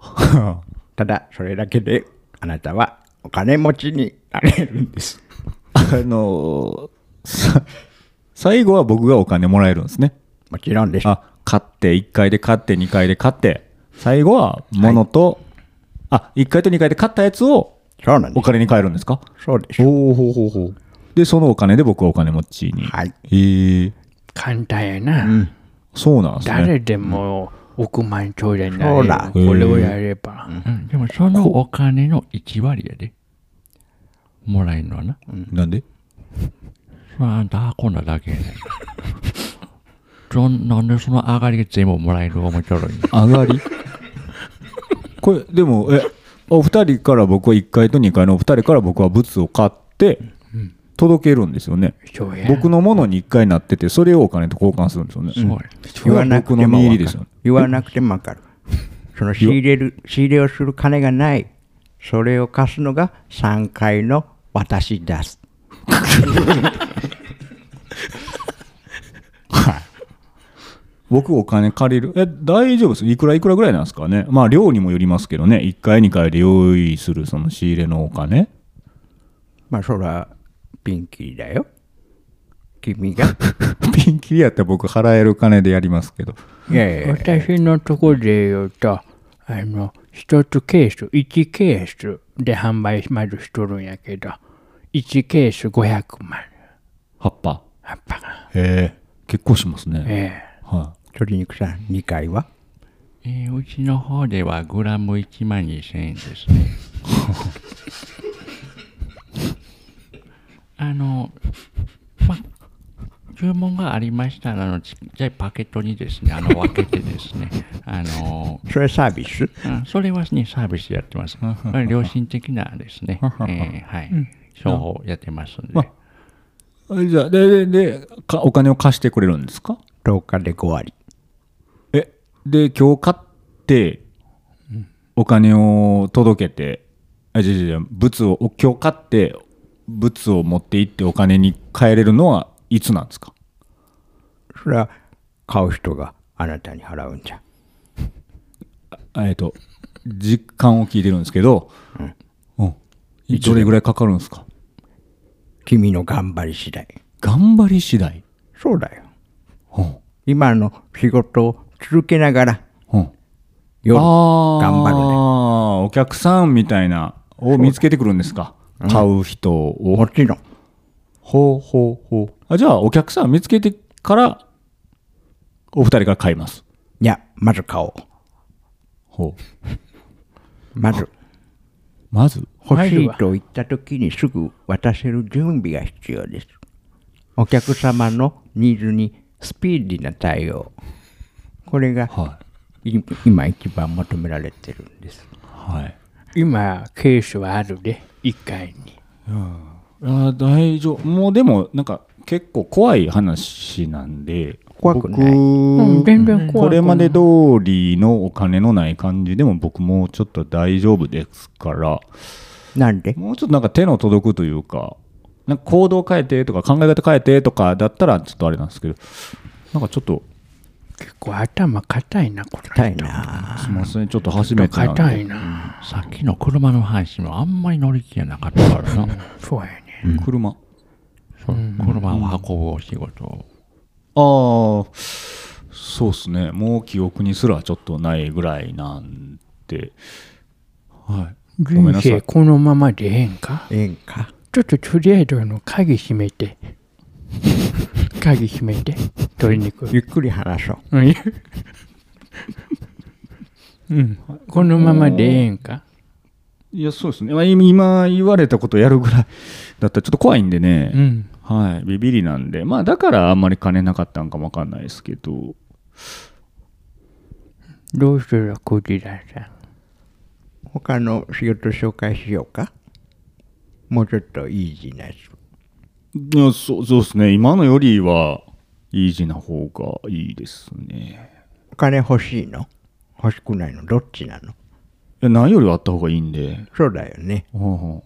[SPEAKER 1] は
[SPEAKER 6] ただそれだけであなたはお金持ちになれるんです
[SPEAKER 1] ああのーさ最後は僕がお金もらえるんですね
[SPEAKER 6] もちろんです
[SPEAKER 1] あ買って1回で買って2回で買って最後は物と、あ1回と2回で買ったやつを
[SPEAKER 6] そうなんで
[SPEAKER 1] お
[SPEAKER 6] す
[SPEAKER 1] 金に変えるんですか
[SPEAKER 6] そうです
[SPEAKER 1] おおほうほうほうでそのお金で僕はお金持ちに
[SPEAKER 6] はい
[SPEAKER 1] へえ
[SPEAKER 4] 簡単やな、
[SPEAKER 1] そうなんですね
[SPEAKER 4] 誰でも億万長者にな
[SPEAKER 6] そ
[SPEAKER 4] れ
[SPEAKER 6] う
[SPEAKER 4] る
[SPEAKER 6] だ
[SPEAKER 4] これをやれば、
[SPEAKER 9] うんでもそのお金の1割やで。もらえるのはな。
[SPEAKER 1] なんで
[SPEAKER 9] まあ、あんた、こんなだけやねん。 そんなんでその上がりが全部もらえる面白いね。
[SPEAKER 1] 上が りこれでもえお二人から僕は1階と2階のお二人から僕は物を買って届けるんですよね、
[SPEAKER 4] そうや
[SPEAKER 1] 僕のものに1回なっててそれをお金と交換するんですよね、
[SPEAKER 9] そうや。
[SPEAKER 6] 言わなくても
[SPEAKER 1] 僕の身入
[SPEAKER 6] わ
[SPEAKER 1] りで
[SPEAKER 6] か
[SPEAKER 1] すよ
[SPEAKER 6] る
[SPEAKER 1] ね
[SPEAKER 6] 言わなくてもわ かるその仕入れる仕入れをする金がないそれを貸すのが3階の私です
[SPEAKER 1] 僕お金借りるえ大丈夫ですいくらいくらぐらいなんですかねまあ量にもよりますけどね1回2回で用意するその仕入れのお 金
[SPEAKER 6] まあそれはピンキーだよ君 が
[SPEAKER 1] ピンキリやったら僕払える金でやりますけど
[SPEAKER 6] いやいやいや
[SPEAKER 4] 私のところで言うと、あの、一つケース、1ケースで販売まずしとるんやけど、1ケース500万。
[SPEAKER 1] 葉っぱ
[SPEAKER 4] やっぱ、
[SPEAKER 1] へえ結構しますね、
[SPEAKER 4] ええ
[SPEAKER 1] は
[SPEAKER 6] 鶏肉さん2階は
[SPEAKER 9] えーうちの方ではグラム1万2000円です ね。あの、ま、注文がありましたら、あの、ちっちゃいパケットにですね、あの、分けてです ね、あの、
[SPEAKER 6] それサービス
[SPEAKER 9] あそれはね、サービスでやって ます。これ良心的なです ね、えーはい、商法やってますんで。
[SPEAKER 1] まいえじゃあでででかお金を貸してくれるんですか
[SPEAKER 6] 10日で5割
[SPEAKER 1] えで今日買ってお金を届けてあじゃじゃじゃ物をお今日買って物を持って行ってお金に換えれるのはいつなんですか
[SPEAKER 6] それは買う人があなたに払うんじゃ
[SPEAKER 1] あえっと実感を聞いてるんですけど、うんどれぐらいかかるんですか
[SPEAKER 6] 君の頑張り次第
[SPEAKER 1] 頑張り次第
[SPEAKER 6] そうだよ
[SPEAKER 1] うん
[SPEAKER 6] 今の仕事を続けながら
[SPEAKER 1] うん
[SPEAKER 6] 夜頑
[SPEAKER 1] ああ
[SPEAKER 6] 張
[SPEAKER 1] お客さんみたいなを見つけてくるんですか買う人
[SPEAKER 6] るね
[SPEAKER 1] を
[SPEAKER 6] もちろん
[SPEAKER 1] ほうほうほうあじゃあお客さん見つけてからお二人が買います
[SPEAKER 6] いやまず買おう
[SPEAKER 1] ほう
[SPEAKER 6] まず
[SPEAKER 1] まず
[SPEAKER 6] 欲しいと言った時にすぐ渡せる準備が必要です。お客様のニーズにスピーディーな対応。これが
[SPEAKER 1] はい
[SPEAKER 6] 今一番求められてるんです。
[SPEAKER 1] いはい
[SPEAKER 4] 今、ケースはあるで、1回に。
[SPEAKER 1] あ大丈夫もうでもなんか結構怖い話なんで
[SPEAKER 6] 怖くない
[SPEAKER 4] うん、
[SPEAKER 1] 僕
[SPEAKER 4] 全然怖
[SPEAKER 1] こ
[SPEAKER 4] くない
[SPEAKER 1] れまで通りのお金のない感じでも僕もうちょっと大丈夫ですから
[SPEAKER 6] なんで
[SPEAKER 1] もうちょっとなんか手の届くというかなんか行動変えてとか考え方変えてとかだったらちょっとあれなんですけどなんかちょっと
[SPEAKER 4] 結構頭硬いな、これ。
[SPEAKER 6] たいな。
[SPEAKER 1] すいませんちょっと初めてなん
[SPEAKER 4] 硬
[SPEAKER 1] で
[SPEAKER 4] いな。
[SPEAKER 9] さっきの車の話もあんまり乗り気やなかったからな。
[SPEAKER 4] そうやね。
[SPEAKER 1] 車あ
[SPEAKER 9] そう車を運ぶお仕事を。
[SPEAKER 1] あーそうっすねもう記憶にすらちょっとないぐらいなんではいごめん
[SPEAKER 4] 人
[SPEAKER 1] なさ
[SPEAKER 4] 生
[SPEAKER 1] い
[SPEAKER 4] このままでええんか
[SPEAKER 6] ええんか。
[SPEAKER 4] ちょっととりあえずあの鍵閉 めて。鍵閉めて。取りに行く。
[SPEAKER 6] ゆっくり話そう。
[SPEAKER 4] うん。このままでええんか
[SPEAKER 1] いやそうですね、まあ、今今言われたことやるぐらいだったらちょっと怖いんでね、
[SPEAKER 4] うん。
[SPEAKER 1] はい、ビビりなんで、まあだからあんまり金なかったんかもわかんないですけど、
[SPEAKER 4] どうするクジラさん。
[SPEAKER 6] 他の仕事紹介しようか。もうちょっとイージーなやつ。
[SPEAKER 1] いやそうそうですね、今のよりはイージーな方がいいですね。
[SPEAKER 6] お金欲しいの欲しくないのどっちなの
[SPEAKER 1] いや何よりはあった方がいいんで。
[SPEAKER 6] そうだよね。
[SPEAKER 1] うんうん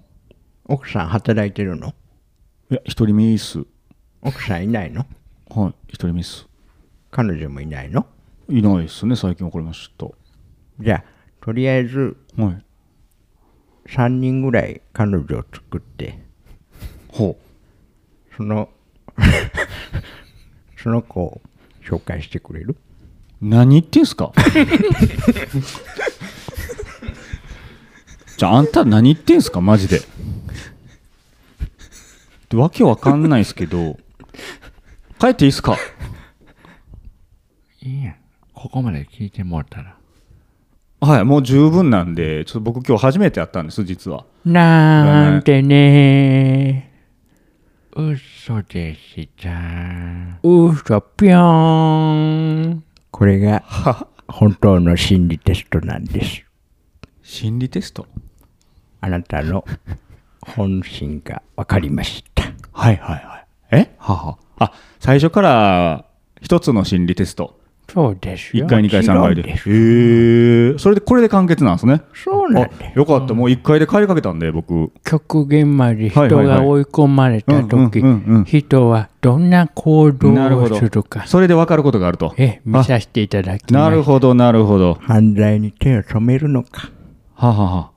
[SPEAKER 6] 奥さん働いてるの
[SPEAKER 1] いや、一人目いいっす。
[SPEAKER 6] 奥さんいないの
[SPEAKER 1] はい、一人目っす。
[SPEAKER 6] 彼女もいないの
[SPEAKER 1] いないっすね、最近分かりました。
[SPEAKER 6] じゃあ、とりあえず
[SPEAKER 1] はい。
[SPEAKER 6] 3人ぐらい彼女を作って、
[SPEAKER 1] ほ
[SPEAKER 6] その、 その子を紹介してくれる
[SPEAKER 1] う。何言ってんすか じゃあ、あんた何言ってんすか、マジで。でわけわかんないっすけど、帰っていいっすか
[SPEAKER 9] いいやんここまで聞いてもうたら
[SPEAKER 1] はい、もう十分なんで、ちょっと僕今日初めてやったんです、実は。
[SPEAKER 4] なんてね
[SPEAKER 9] 嘘でした
[SPEAKER 4] うそぴょーん。
[SPEAKER 6] これが本当の心理テストなんです。
[SPEAKER 1] 心理テスト
[SPEAKER 6] あなたの本心が分かりました。
[SPEAKER 1] はいはいはい。えはは。あ、最初から一つの心理テスト。
[SPEAKER 4] そうです
[SPEAKER 1] 1
[SPEAKER 4] よ。
[SPEAKER 1] 回、2回、3回で。へえそれで、これで完結なんですね。
[SPEAKER 6] そうなんだ
[SPEAKER 1] あ、よかった。もう1回で帰りかけたんで、僕。
[SPEAKER 4] 極限まで人
[SPEAKER 1] はいはいは
[SPEAKER 4] が
[SPEAKER 1] い
[SPEAKER 4] 追い込まれた時
[SPEAKER 1] うんうんうんうん
[SPEAKER 4] 人はどんな行動
[SPEAKER 1] なるほ
[SPEAKER 4] を
[SPEAKER 1] ど
[SPEAKER 4] するか。
[SPEAKER 1] それで分かることがあると。
[SPEAKER 4] え、見させていただきます。
[SPEAKER 1] なるほど、なるほど。
[SPEAKER 6] 犯罪に手を染めるのか。
[SPEAKER 1] ははは。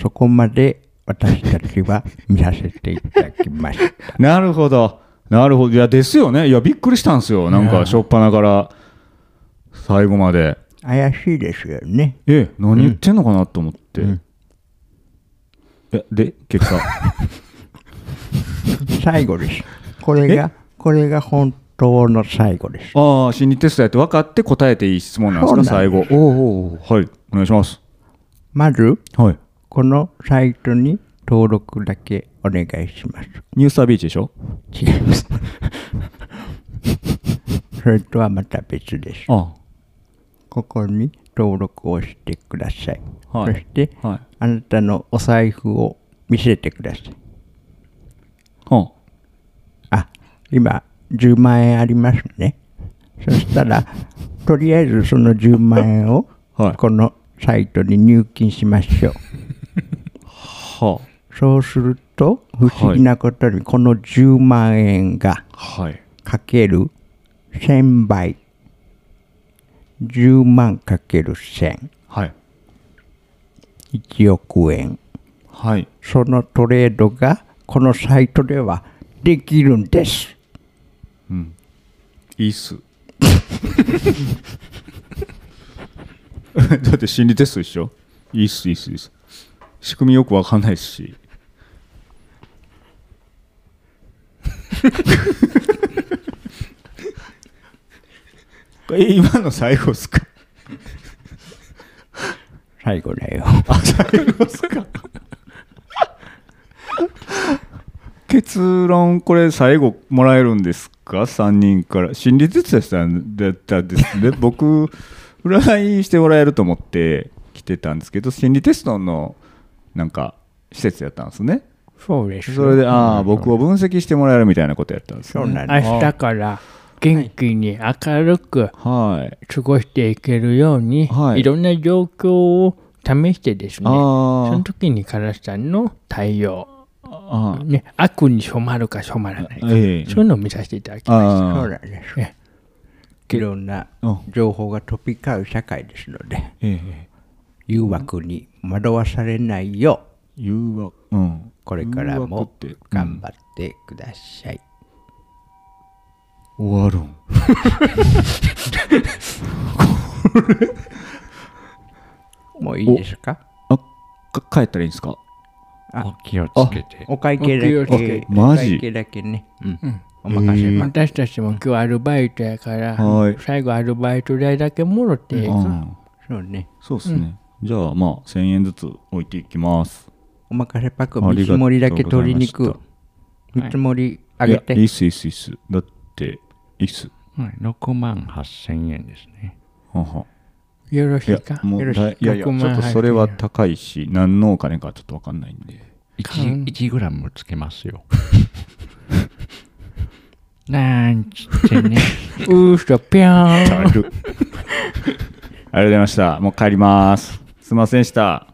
[SPEAKER 6] そこまで私たちは見させていただき ました。
[SPEAKER 1] なるほど。なるほど。いや、ですよね。いや、びっくりしたんですよ。なんか、初っ端から、最後まで。
[SPEAKER 6] 怪しいですよね。
[SPEAKER 1] ええ、何言ってんのかなと思って。えで、結果。
[SPEAKER 6] 最後です。これが、これが本当の最後です。
[SPEAKER 1] ああ、心理テストやって分かって答えていい質問なんですか、
[SPEAKER 6] そうな
[SPEAKER 1] 最
[SPEAKER 6] ん
[SPEAKER 1] 後。おうおうおうはい、お願いします。
[SPEAKER 6] まず、
[SPEAKER 1] はい。
[SPEAKER 6] このサイトに登録だけお願いします。
[SPEAKER 1] ニュースタービーチでしょ
[SPEAKER 6] 違います。 それとはまた別です。
[SPEAKER 1] あ
[SPEAKER 6] ここに登録をしてください。
[SPEAKER 1] はい
[SPEAKER 6] そして、
[SPEAKER 1] あ、はい。
[SPEAKER 6] あなたのお財布を見せてください。
[SPEAKER 1] は
[SPEAKER 6] あ、今、10万円ありますね。そしたら、とりあえずその10万円を、
[SPEAKER 1] はい
[SPEAKER 6] このサイトに入金しましょう。
[SPEAKER 1] あ、は
[SPEAKER 6] そうすると、不思議なことに、この10万円が
[SPEAKER 1] あ、はい。
[SPEAKER 6] かける1000倍。10万かける1000。
[SPEAKER 1] はい。
[SPEAKER 6] 1億円。
[SPEAKER 1] はい。
[SPEAKER 6] そのトレードが、このサイトではできるんです。
[SPEAKER 1] いいっす。 だって心理テストでしょいいっす、いいっす、いいっす。仕組みよく分かんないです し。え今の最後っすか
[SPEAKER 6] 最後だよ。
[SPEAKER 1] 結論これ最後もらえるんですか3人から心理哲学さんだったんですね 僕占いしてもらえると思って来てたんですけど心理テストのなんか施設やったんですね
[SPEAKER 4] そうですよ。
[SPEAKER 1] それでああ僕を分析してもらえるみたいなことやったんです
[SPEAKER 6] そう
[SPEAKER 1] ね
[SPEAKER 6] なん
[SPEAKER 4] 明
[SPEAKER 6] です。
[SPEAKER 4] 日から元気に明るく
[SPEAKER 1] はい
[SPEAKER 4] 過ごしていけるように、
[SPEAKER 1] はい
[SPEAKER 4] い、ろんな状況を試してですね、
[SPEAKER 1] あー
[SPEAKER 4] その時にカラスさんの対応、
[SPEAKER 1] ああ
[SPEAKER 4] ね、悪に染まるか染まらないか、
[SPEAKER 1] ええ
[SPEAKER 4] そういうのを見させていただきま
[SPEAKER 1] あ
[SPEAKER 6] そう
[SPEAKER 1] あ
[SPEAKER 6] なんです。
[SPEAKER 4] え
[SPEAKER 6] いろんな
[SPEAKER 1] うん
[SPEAKER 6] 情報が飛び交う社会ですので、
[SPEAKER 1] ええ
[SPEAKER 6] 誘惑に惑わされないよ
[SPEAKER 1] 誘惑うん
[SPEAKER 6] う、これから
[SPEAKER 1] 誘惑
[SPEAKER 6] も
[SPEAKER 1] って
[SPEAKER 6] 頑張ってください。
[SPEAKER 1] 終わるんこれ
[SPEAKER 6] もういいですか
[SPEAKER 1] あか帰ったらいいんですか
[SPEAKER 9] お気をつけて
[SPEAKER 6] お会計だ
[SPEAKER 4] お気をつけ
[SPEAKER 6] け
[SPEAKER 4] て、
[SPEAKER 1] マジ
[SPEAKER 6] お会計だけね。うん。お任せ
[SPEAKER 4] す。
[SPEAKER 6] ま
[SPEAKER 4] 私たちも今日アルバイトやから、
[SPEAKER 1] はい
[SPEAKER 4] 最後アルバイト代だけもろって、
[SPEAKER 1] うん
[SPEAKER 6] そうね。
[SPEAKER 1] そうですね、じゃあまあ1000円ずつ置いていきます
[SPEAKER 6] お任せパック、
[SPEAKER 1] あ
[SPEAKER 6] 見
[SPEAKER 1] り
[SPEAKER 6] 積
[SPEAKER 1] がとう
[SPEAKER 6] も
[SPEAKER 1] ござ
[SPEAKER 6] り
[SPEAKER 1] いま
[SPEAKER 6] だ
[SPEAKER 1] した
[SPEAKER 6] け取りに行く。見積もり上げ
[SPEAKER 1] いやいい
[SPEAKER 6] て
[SPEAKER 1] っ。すいいっすいいっすだっていいっす
[SPEAKER 9] はい6万8000円ですね
[SPEAKER 1] はんはん
[SPEAKER 4] よろし
[SPEAKER 1] いや
[SPEAKER 4] いか
[SPEAKER 1] もうだいいやいやち
[SPEAKER 4] 100万
[SPEAKER 1] ょっとそれは高いし何のお金かちょっと分かんないんで
[SPEAKER 9] 1グラムつけますよ なんつってね。
[SPEAKER 4] うーしょぴょー ん。
[SPEAKER 1] ありがとうございました。もう帰ります。すいませんでした。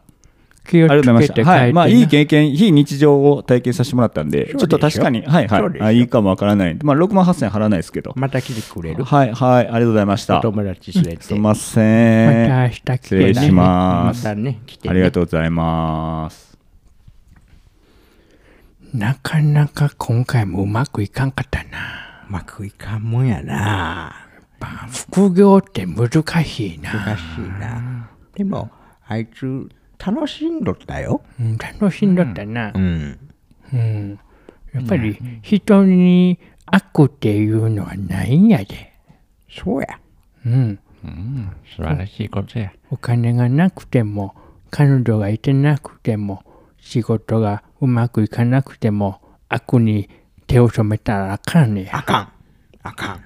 [SPEAKER 4] 気を
[SPEAKER 1] ありがとうござい
[SPEAKER 4] つ
[SPEAKER 1] ま
[SPEAKER 4] けて
[SPEAKER 1] し
[SPEAKER 4] 帰
[SPEAKER 1] た。
[SPEAKER 4] っ
[SPEAKER 1] はい。
[SPEAKER 4] てな
[SPEAKER 1] まあ、いい経験、非日常を体験させてもらったんで、
[SPEAKER 6] そうでしょ
[SPEAKER 1] ちょっと確かに、はいは
[SPEAKER 6] そう
[SPEAKER 1] い
[SPEAKER 6] でしょ
[SPEAKER 1] あ。いいかもわからない。まあ、6万8000円払わないですけど。
[SPEAKER 6] また来てくれる
[SPEAKER 1] はいはい。ありがとうございまし
[SPEAKER 6] お
[SPEAKER 1] た。
[SPEAKER 6] 友達連れて。
[SPEAKER 1] すいません。
[SPEAKER 4] また明日来
[SPEAKER 1] 失
[SPEAKER 4] てね
[SPEAKER 1] 礼しま。
[SPEAKER 6] ますたね、来て、ね。
[SPEAKER 1] ありがとうございます。
[SPEAKER 4] なかなか今回もうまくいかんかったな。
[SPEAKER 6] うまくいかんもんやな。
[SPEAKER 4] 副業って難しいな。
[SPEAKER 6] 難しいな。でも、あいつ、楽しんどったよ。
[SPEAKER 4] うん楽しんどったな。
[SPEAKER 6] うん。
[SPEAKER 4] うんやっぱり人に悪っていうのはないんやで。
[SPEAKER 6] そうや。
[SPEAKER 4] うん。
[SPEAKER 9] うん、素晴らしいことや。
[SPEAKER 4] お金がなくても、彼女がいてなくても、仕事がうまくいかなくても、悪に手を染めたらあかんねや。
[SPEAKER 6] あかん。あかん。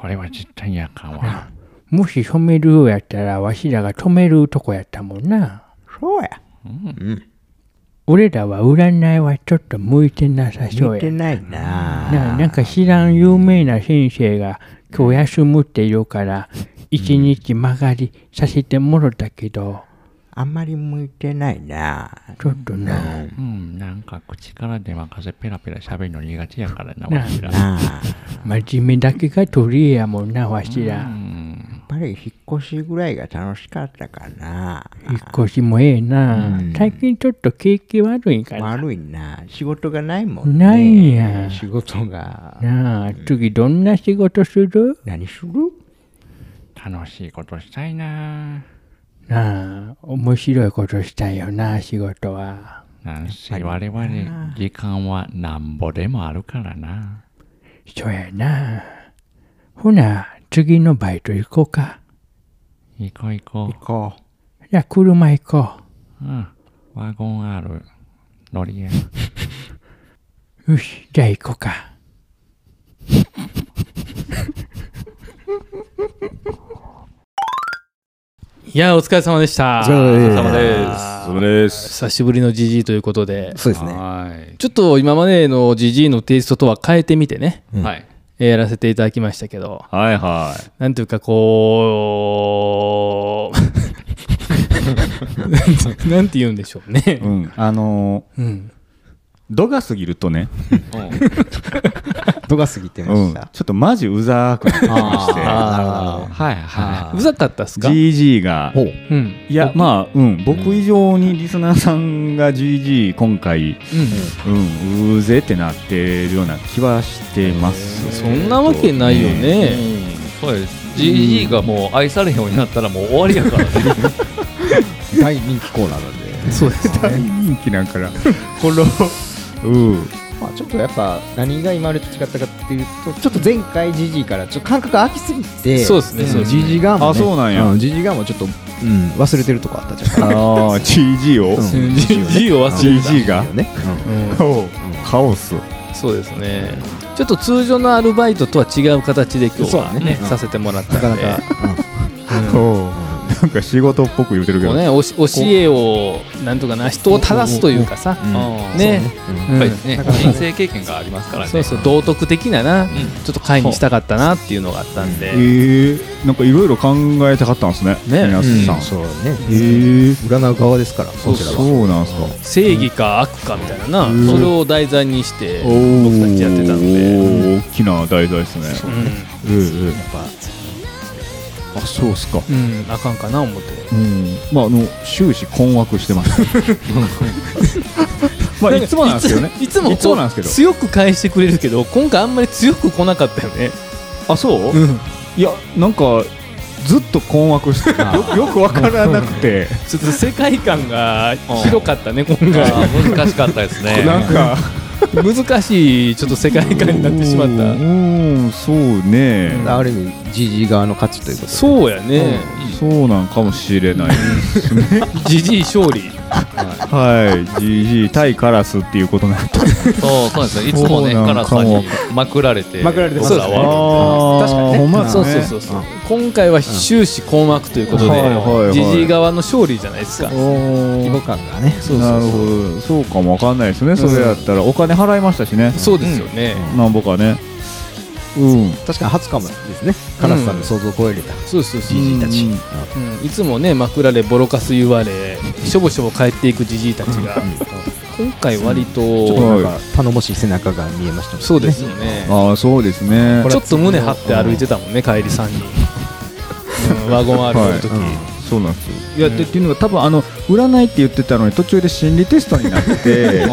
[SPEAKER 9] それは絶対にあかんわ。
[SPEAKER 4] もし染めるようやったら、わしらが止めるとこやったもんな。
[SPEAKER 6] そうや。
[SPEAKER 4] 俺らは占いはちょっと向いてなさそ
[SPEAKER 6] 似
[SPEAKER 4] うや
[SPEAKER 6] て。ないな。
[SPEAKER 4] ななんか知らん有名な先生が今日休むって言うから一日曲がりさせてもろたけど
[SPEAKER 6] あんまり向いてないな。
[SPEAKER 4] ちょっとな
[SPEAKER 9] うん、なんか口から出まかせペラペラ喋るの苦手やからな、
[SPEAKER 4] な
[SPEAKER 9] わしら。
[SPEAKER 6] なあ。
[SPEAKER 4] 真面目だけが取り柄やもんなわし
[SPEAKER 9] う
[SPEAKER 4] ら
[SPEAKER 9] ん、
[SPEAKER 6] やっぱり引っ越しぐらいが楽しかったかな。
[SPEAKER 4] 引っ越しもええな最近ちょっと景気悪いから
[SPEAKER 6] 悪いな。仕事がないもんね。
[SPEAKER 4] ないんや
[SPEAKER 6] 仕事が。
[SPEAKER 4] なあ次どんな仕事する
[SPEAKER 6] 何する
[SPEAKER 9] 楽しいことしたいな。
[SPEAKER 4] なあ面白いことしたいよな仕事は
[SPEAKER 9] なんせ我々、時間はなんぼでもあるからな。
[SPEAKER 4] そうやなほな次のバイト行こうか
[SPEAKER 9] 行こう行
[SPEAKER 6] 行
[SPEAKER 9] こ
[SPEAKER 6] こう。
[SPEAKER 4] じゃあ車行こう
[SPEAKER 9] う。うん、ワゴン R、乗りや。
[SPEAKER 4] よし、じゃあ行こうか。
[SPEAKER 8] いやーお疲れ様でした。お
[SPEAKER 7] 疲れ様
[SPEAKER 8] です。
[SPEAKER 1] そうです。
[SPEAKER 8] 久しぶりのジジイということで、
[SPEAKER 7] そうですね。
[SPEAKER 5] はい。
[SPEAKER 8] ちょっと今までのジジイのテイストとは変えてみてね、
[SPEAKER 5] はい。
[SPEAKER 8] えーやらせていただきましたけど、
[SPEAKER 1] はいは
[SPEAKER 8] なんていうかこう、 なんて言うんでしょう
[SPEAKER 1] い。
[SPEAKER 8] ね
[SPEAKER 1] う。ん。あのー、
[SPEAKER 8] うん、
[SPEAKER 1] 度が過ぎるとね、
[SPEAKER 7] 度が過ぎてま
[SPEAKER 1] うん、
[SPEAKER 7] し
[SPEAKER 1] ちょ
[SPEAKER 7] た。
[SPEAKER 1] っとマジうざーくなってきまして、
[SPEAKER 7] あ
[SPEAKER 1] はいは
[SPEAKER 8] うざかったっすか、
[SPEAKER 1] GG が
[SPEAKER 7] ほう
[SPEAKER 8] うん
[SPEAKER 1] いやまあうん僕以上にリスナーさんが GG 今回うんうぜってなってるような気はしてます
[SPEAKER 8] そんなわけないよね。
[SPEAKER 5] そうです。GG がもう愛されへんようになったらもう終わりやからね。
[SPEAKER 7] 大人気コーナーなんで。
[SPEAKER 8] そうですね。
[SPEAKER 1] 大人気なんからこのうん
[SPEAKER 7] まあ、ちょっとやっぱ何が今までと違ったかっていうとちょっと前回 GG からちょっと感覚が空きすぎて
[SPEAKER 8] そうですねそうですね
[SPEAKER 7] GG 側も、ね、
[SPEAKER 1] あそうなんや
[SPEAKER 7] うん、GG 側もちょっと、うん、忘れてるとこあったじゃん
[SPEAKER 1] ああ GG を、
[SPEAKER 7] うん
[SPEAKER 8] GG を忘れてた
[SPEAKER 1] GG が、
[SPEAKER 7] ね、
[SPEAKER 1] カオス
[SPEAKER 8] そうですね。ちょっと通常のアルバイトとは違う形で今日は
[SPEAKER 7] そうだ
[SPEAKER 8] ね
[SPEAKER 7] ね
[SPEAKER 8] させてもらった
[SPEAKER 7] なか
[SPEAKER 8] の
[SPEAKER 7] な
[SPEAKER 8] で、
[SPEAKER 7] か、
[SPEAKER 1] おうなんか仕事っぽく言うてるけ
[SPEAKER 8] こ
[SPEAKER 1] ど、
[SPEAKER 8] うねおし教えをなんとかな人を正すというかさ、
[SPEAKER 5] うん
[SPEAKER 8] ね、
[SPEAKER 5] やっぱり
[SPEAKER 8] うん
[SPEAKER 5] ね、人生経験がありますからね。
[SPEAKER 8] そうそう道徳的なな、ちょっと会にしたかったなっていうのがあったんで、
[SPEAKER 1] ええなんかいろいろ考えたかったんですね
[SPEAKER 8] ね
[SPEAKER 1] 皆
[SPEAKER 7] うん
[SPEAKER 1] さん、
[SPEAKER 7] そうね
[SPEAKER 1] ええ
[SPEAKER 7] 占う側ですから
[SPEAKER 1] そ
[SPEAKER 7] こ
[SPEAKER 1] う
[SPEAKER 7] ちらは
[SPEAKER 1] なんですか
[SPEAKER 8] 正義か悪かみたいなな、
[SPEAKER 1] うん
[SPEAKER 8] それを題材にして
[SPEAKER 1] おー
[SPEAKER 8] 僕たちやってたので、
[SPEAKER 1] おー大きな題材ですねええええあそうっすか
[SPEAKER 8] うん、うん、あかんかな思って。
[SPEAKER 1] うん、まああの終始困惑してました。まあいつもなんですけどね。
[SPEAKER 8] いつも
[SPEAKER 1] いつもなんですけど
[SPEAKER 8] 強く返してくれるけど今回あんまり強く来なかったよね
[SPEAKER 1] あそう？いやなんかずっと困惑しててよよくわからなくて、
[SPEAKER 8] ちょっと世界観が広かったね今回
[SPEAKER 5] あー難しかったですね。
[SPEAKER 1] なんか
[SPEAKER 8] 難しいちょっと世界観になってしま
[SPEAKER 1] う
[SPEAKER 8] っ
[SPEAKER 1] んそうね。
[SPEAKER 7] ある意味 GG 側の価値というこ
[SPEAKER 8] た
[SPEAKER 7] と
[SPEAKER 8] そうやね
[SPEAKER 1] そうなんかもしれない。
[SPEAKER 8] ジジイ勝利
[SPEAKER 1] はい、GG 対カラスっていうことなんだ。
[SPEAKER 5] そうそうなんですよ。いつもね、
[SPEAKER 1] そうな
[SPEAKER 5] カラ
[SPEAKER 1] ん
[SPEAKER 5] ス
[SPEAKER 1] か
[SPEAKER 5] さん
[SPEAKER 1] も
[SPEAKER 5] にまくられて、
[SPEAKER 7] まくられてます
[SPEAKER 5] 僕らは
[SPEAKER 1] あ確かにね。ほんまや
[SPEAKER 8] そうそうそうそう今回は終始困惑ということ
[SPEAKER 1] はいはいは
[SPEAKER 8] で
[SPEAKER 1] い
[SPEAKER 8] ジジイ側の勝利じゃないですか
[SPEAKER 7] 規模感がね
[SPEAKER 8] そう
[SPEAKER 1] な
[SPEAKER 8] そ
[SPEAKER 1] る
[SPEAKER 8] うそう
[SPEAKER 1] ほどそうかもわかんないですねそれやったらお金払いましたしね
[SPEAKER 8] そうですよね
[SPEAKER 1] なんぼかねうん
[SPEAKER 7] 確かに初かもですねカラスさんの想像を超えれた、
[SPEAKER 8] そうそうそう、
[SPEAKER 7] じいたち、
[SPEAKER 1] うん
[SPEAKER 8] うんいつもね枕でボロカス言われしょぼしょぼ帰っていくじじいたちが今回割
[SPEAKER 7] ちょっと
[SPEAKER 8] と
[SPEAKER 7] なんか頼もしい背中が見えましたね
[SPEAKER 8] そうですよね
[SPEAKER 1] ああそうですね
[SPEAKER 8] ちょっと胸張って歩いてたもんね帰り3人、うん、ワゴン歩く時、
[SPEAKER 1] そうなんですよいや、でっていうのが多分あの占いって言ってたのに途中で心理テストになって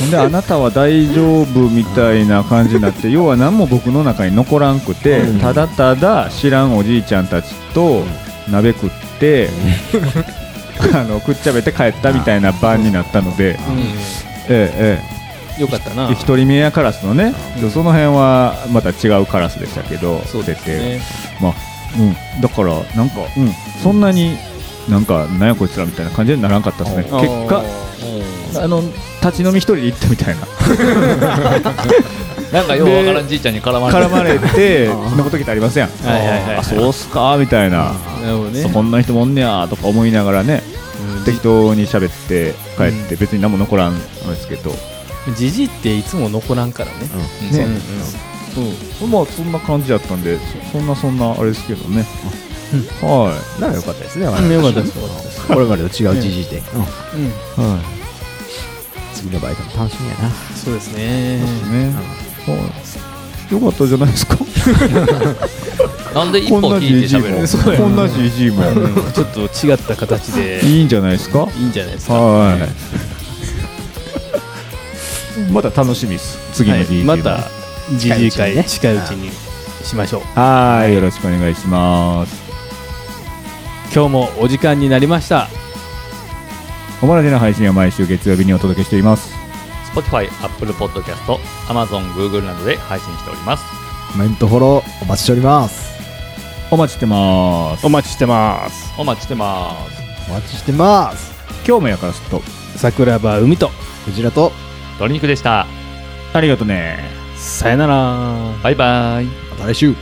[SPEAKER 1] ほんであなたは大丈夫みたいな感じになって要は何も僕の中に残らんくて、ただただ知らんおじいちゃんたちと鍋食 って、あの食っちゃべって帰ったみたいな晩になったので、
[SPEAKER 8] うん
[SPEAKER 1] ええ
[SPEAKER 8] よかった
[SPEAKER 1] え
[SPEAKER 8] な
[SPEAKER 1] え、一人目やカラスのね、その辺はまた違うカラスでしたけど
[SPEAKER 8] そうです
[SPEAKER 1] 出て
[SPEAKER 8] ね
[SPEAKER 1] まあうん、だから、なんか、うん、そんなに、なんか、なんやこいつらみたいな感じにならんかったですね、結果、あの立ち飲み一人で行ったみたいな、
[SPEAKER 5] なんかようわからんじいちゃんに絡まれて
[SPEAKER 1] 絡まれて、そんなこと聞いてありません、
[SPEAKER 8] はいはいはい
[SPEAKER 1] あそうっすかみたいな、
[SPEAKER 8] なるほ
[SPEAKER 1] そう
[SPEAKER 8] どね
[SPEAKER 1] こんな人もおんねやとか思いながらね、適当に喋って帰って、別に何も残らんのですけど、
[SPEAKER 8] じじいっていつも残らんからね、
[SPEAKER 5] うん
[SPEAKER 1] ねうんまあ、そんな感じだったんで、そそんなそんなあれですけどね、はい、
[SPEAKER 7] ならよかったですね、
[SPEAKER 8] うん、よかったです
[SPEAKER 7] これまでと違うじじいで、うん
[SPEAKER 8] うん
[SPEAKER 1] はい、
[SPEAKER 7] 次のバイトも楽しみやな
[SPEAKER 8] そうですね
[SPEAKER 1] ね、はい、よかったじゃないですか。
[SPEAKER 5] なんで一歩聞いて喋るの
[SPEAKER 1] もこんな GG も
[SPEAKER 8] ちょっと違った形で
[SPEAKER 1] いいんじゃないですか
[SPEAKER 8] いいんじゃないですか
[SPEAKER 1] はいまだ楽しみです次の
[SPEAKER 8] はい
[SPEAKER 1] GG
[SPEAKER 8] またじじい会近いうちにしましょう
[SPEAKER 1] はいよろしくお願いします
[SPEAKER 8] 今日もお時間になりました
[SPEAKER 1] おまらじの配信は毎週月曜日にお届けしています
[SPEAKER 5] Spotify、Apple Podcast、Amazon、Google などで配信しております。
[SPEAKER 7] コメントフォローお待ちしております
[SPEAKER 1] お待ちしてます
[SPEAKER 8] お待ちしてます
[SPEAKER 5] お待ちしてます。
[SPEAKER 7] お待ちしてます
[SPEAKER 1] 今日もやからすっと
[SPEAKER 8] 桜庭海と
[SPEAKER 7] クジラと
[SPEAKER 5] 鶏肉でした。
[SPEAKER 1] ありがとね
[SPEAKER 8] さよなら
[SPEAKER 5] バイバイ。
[SPEAKER 7] また来週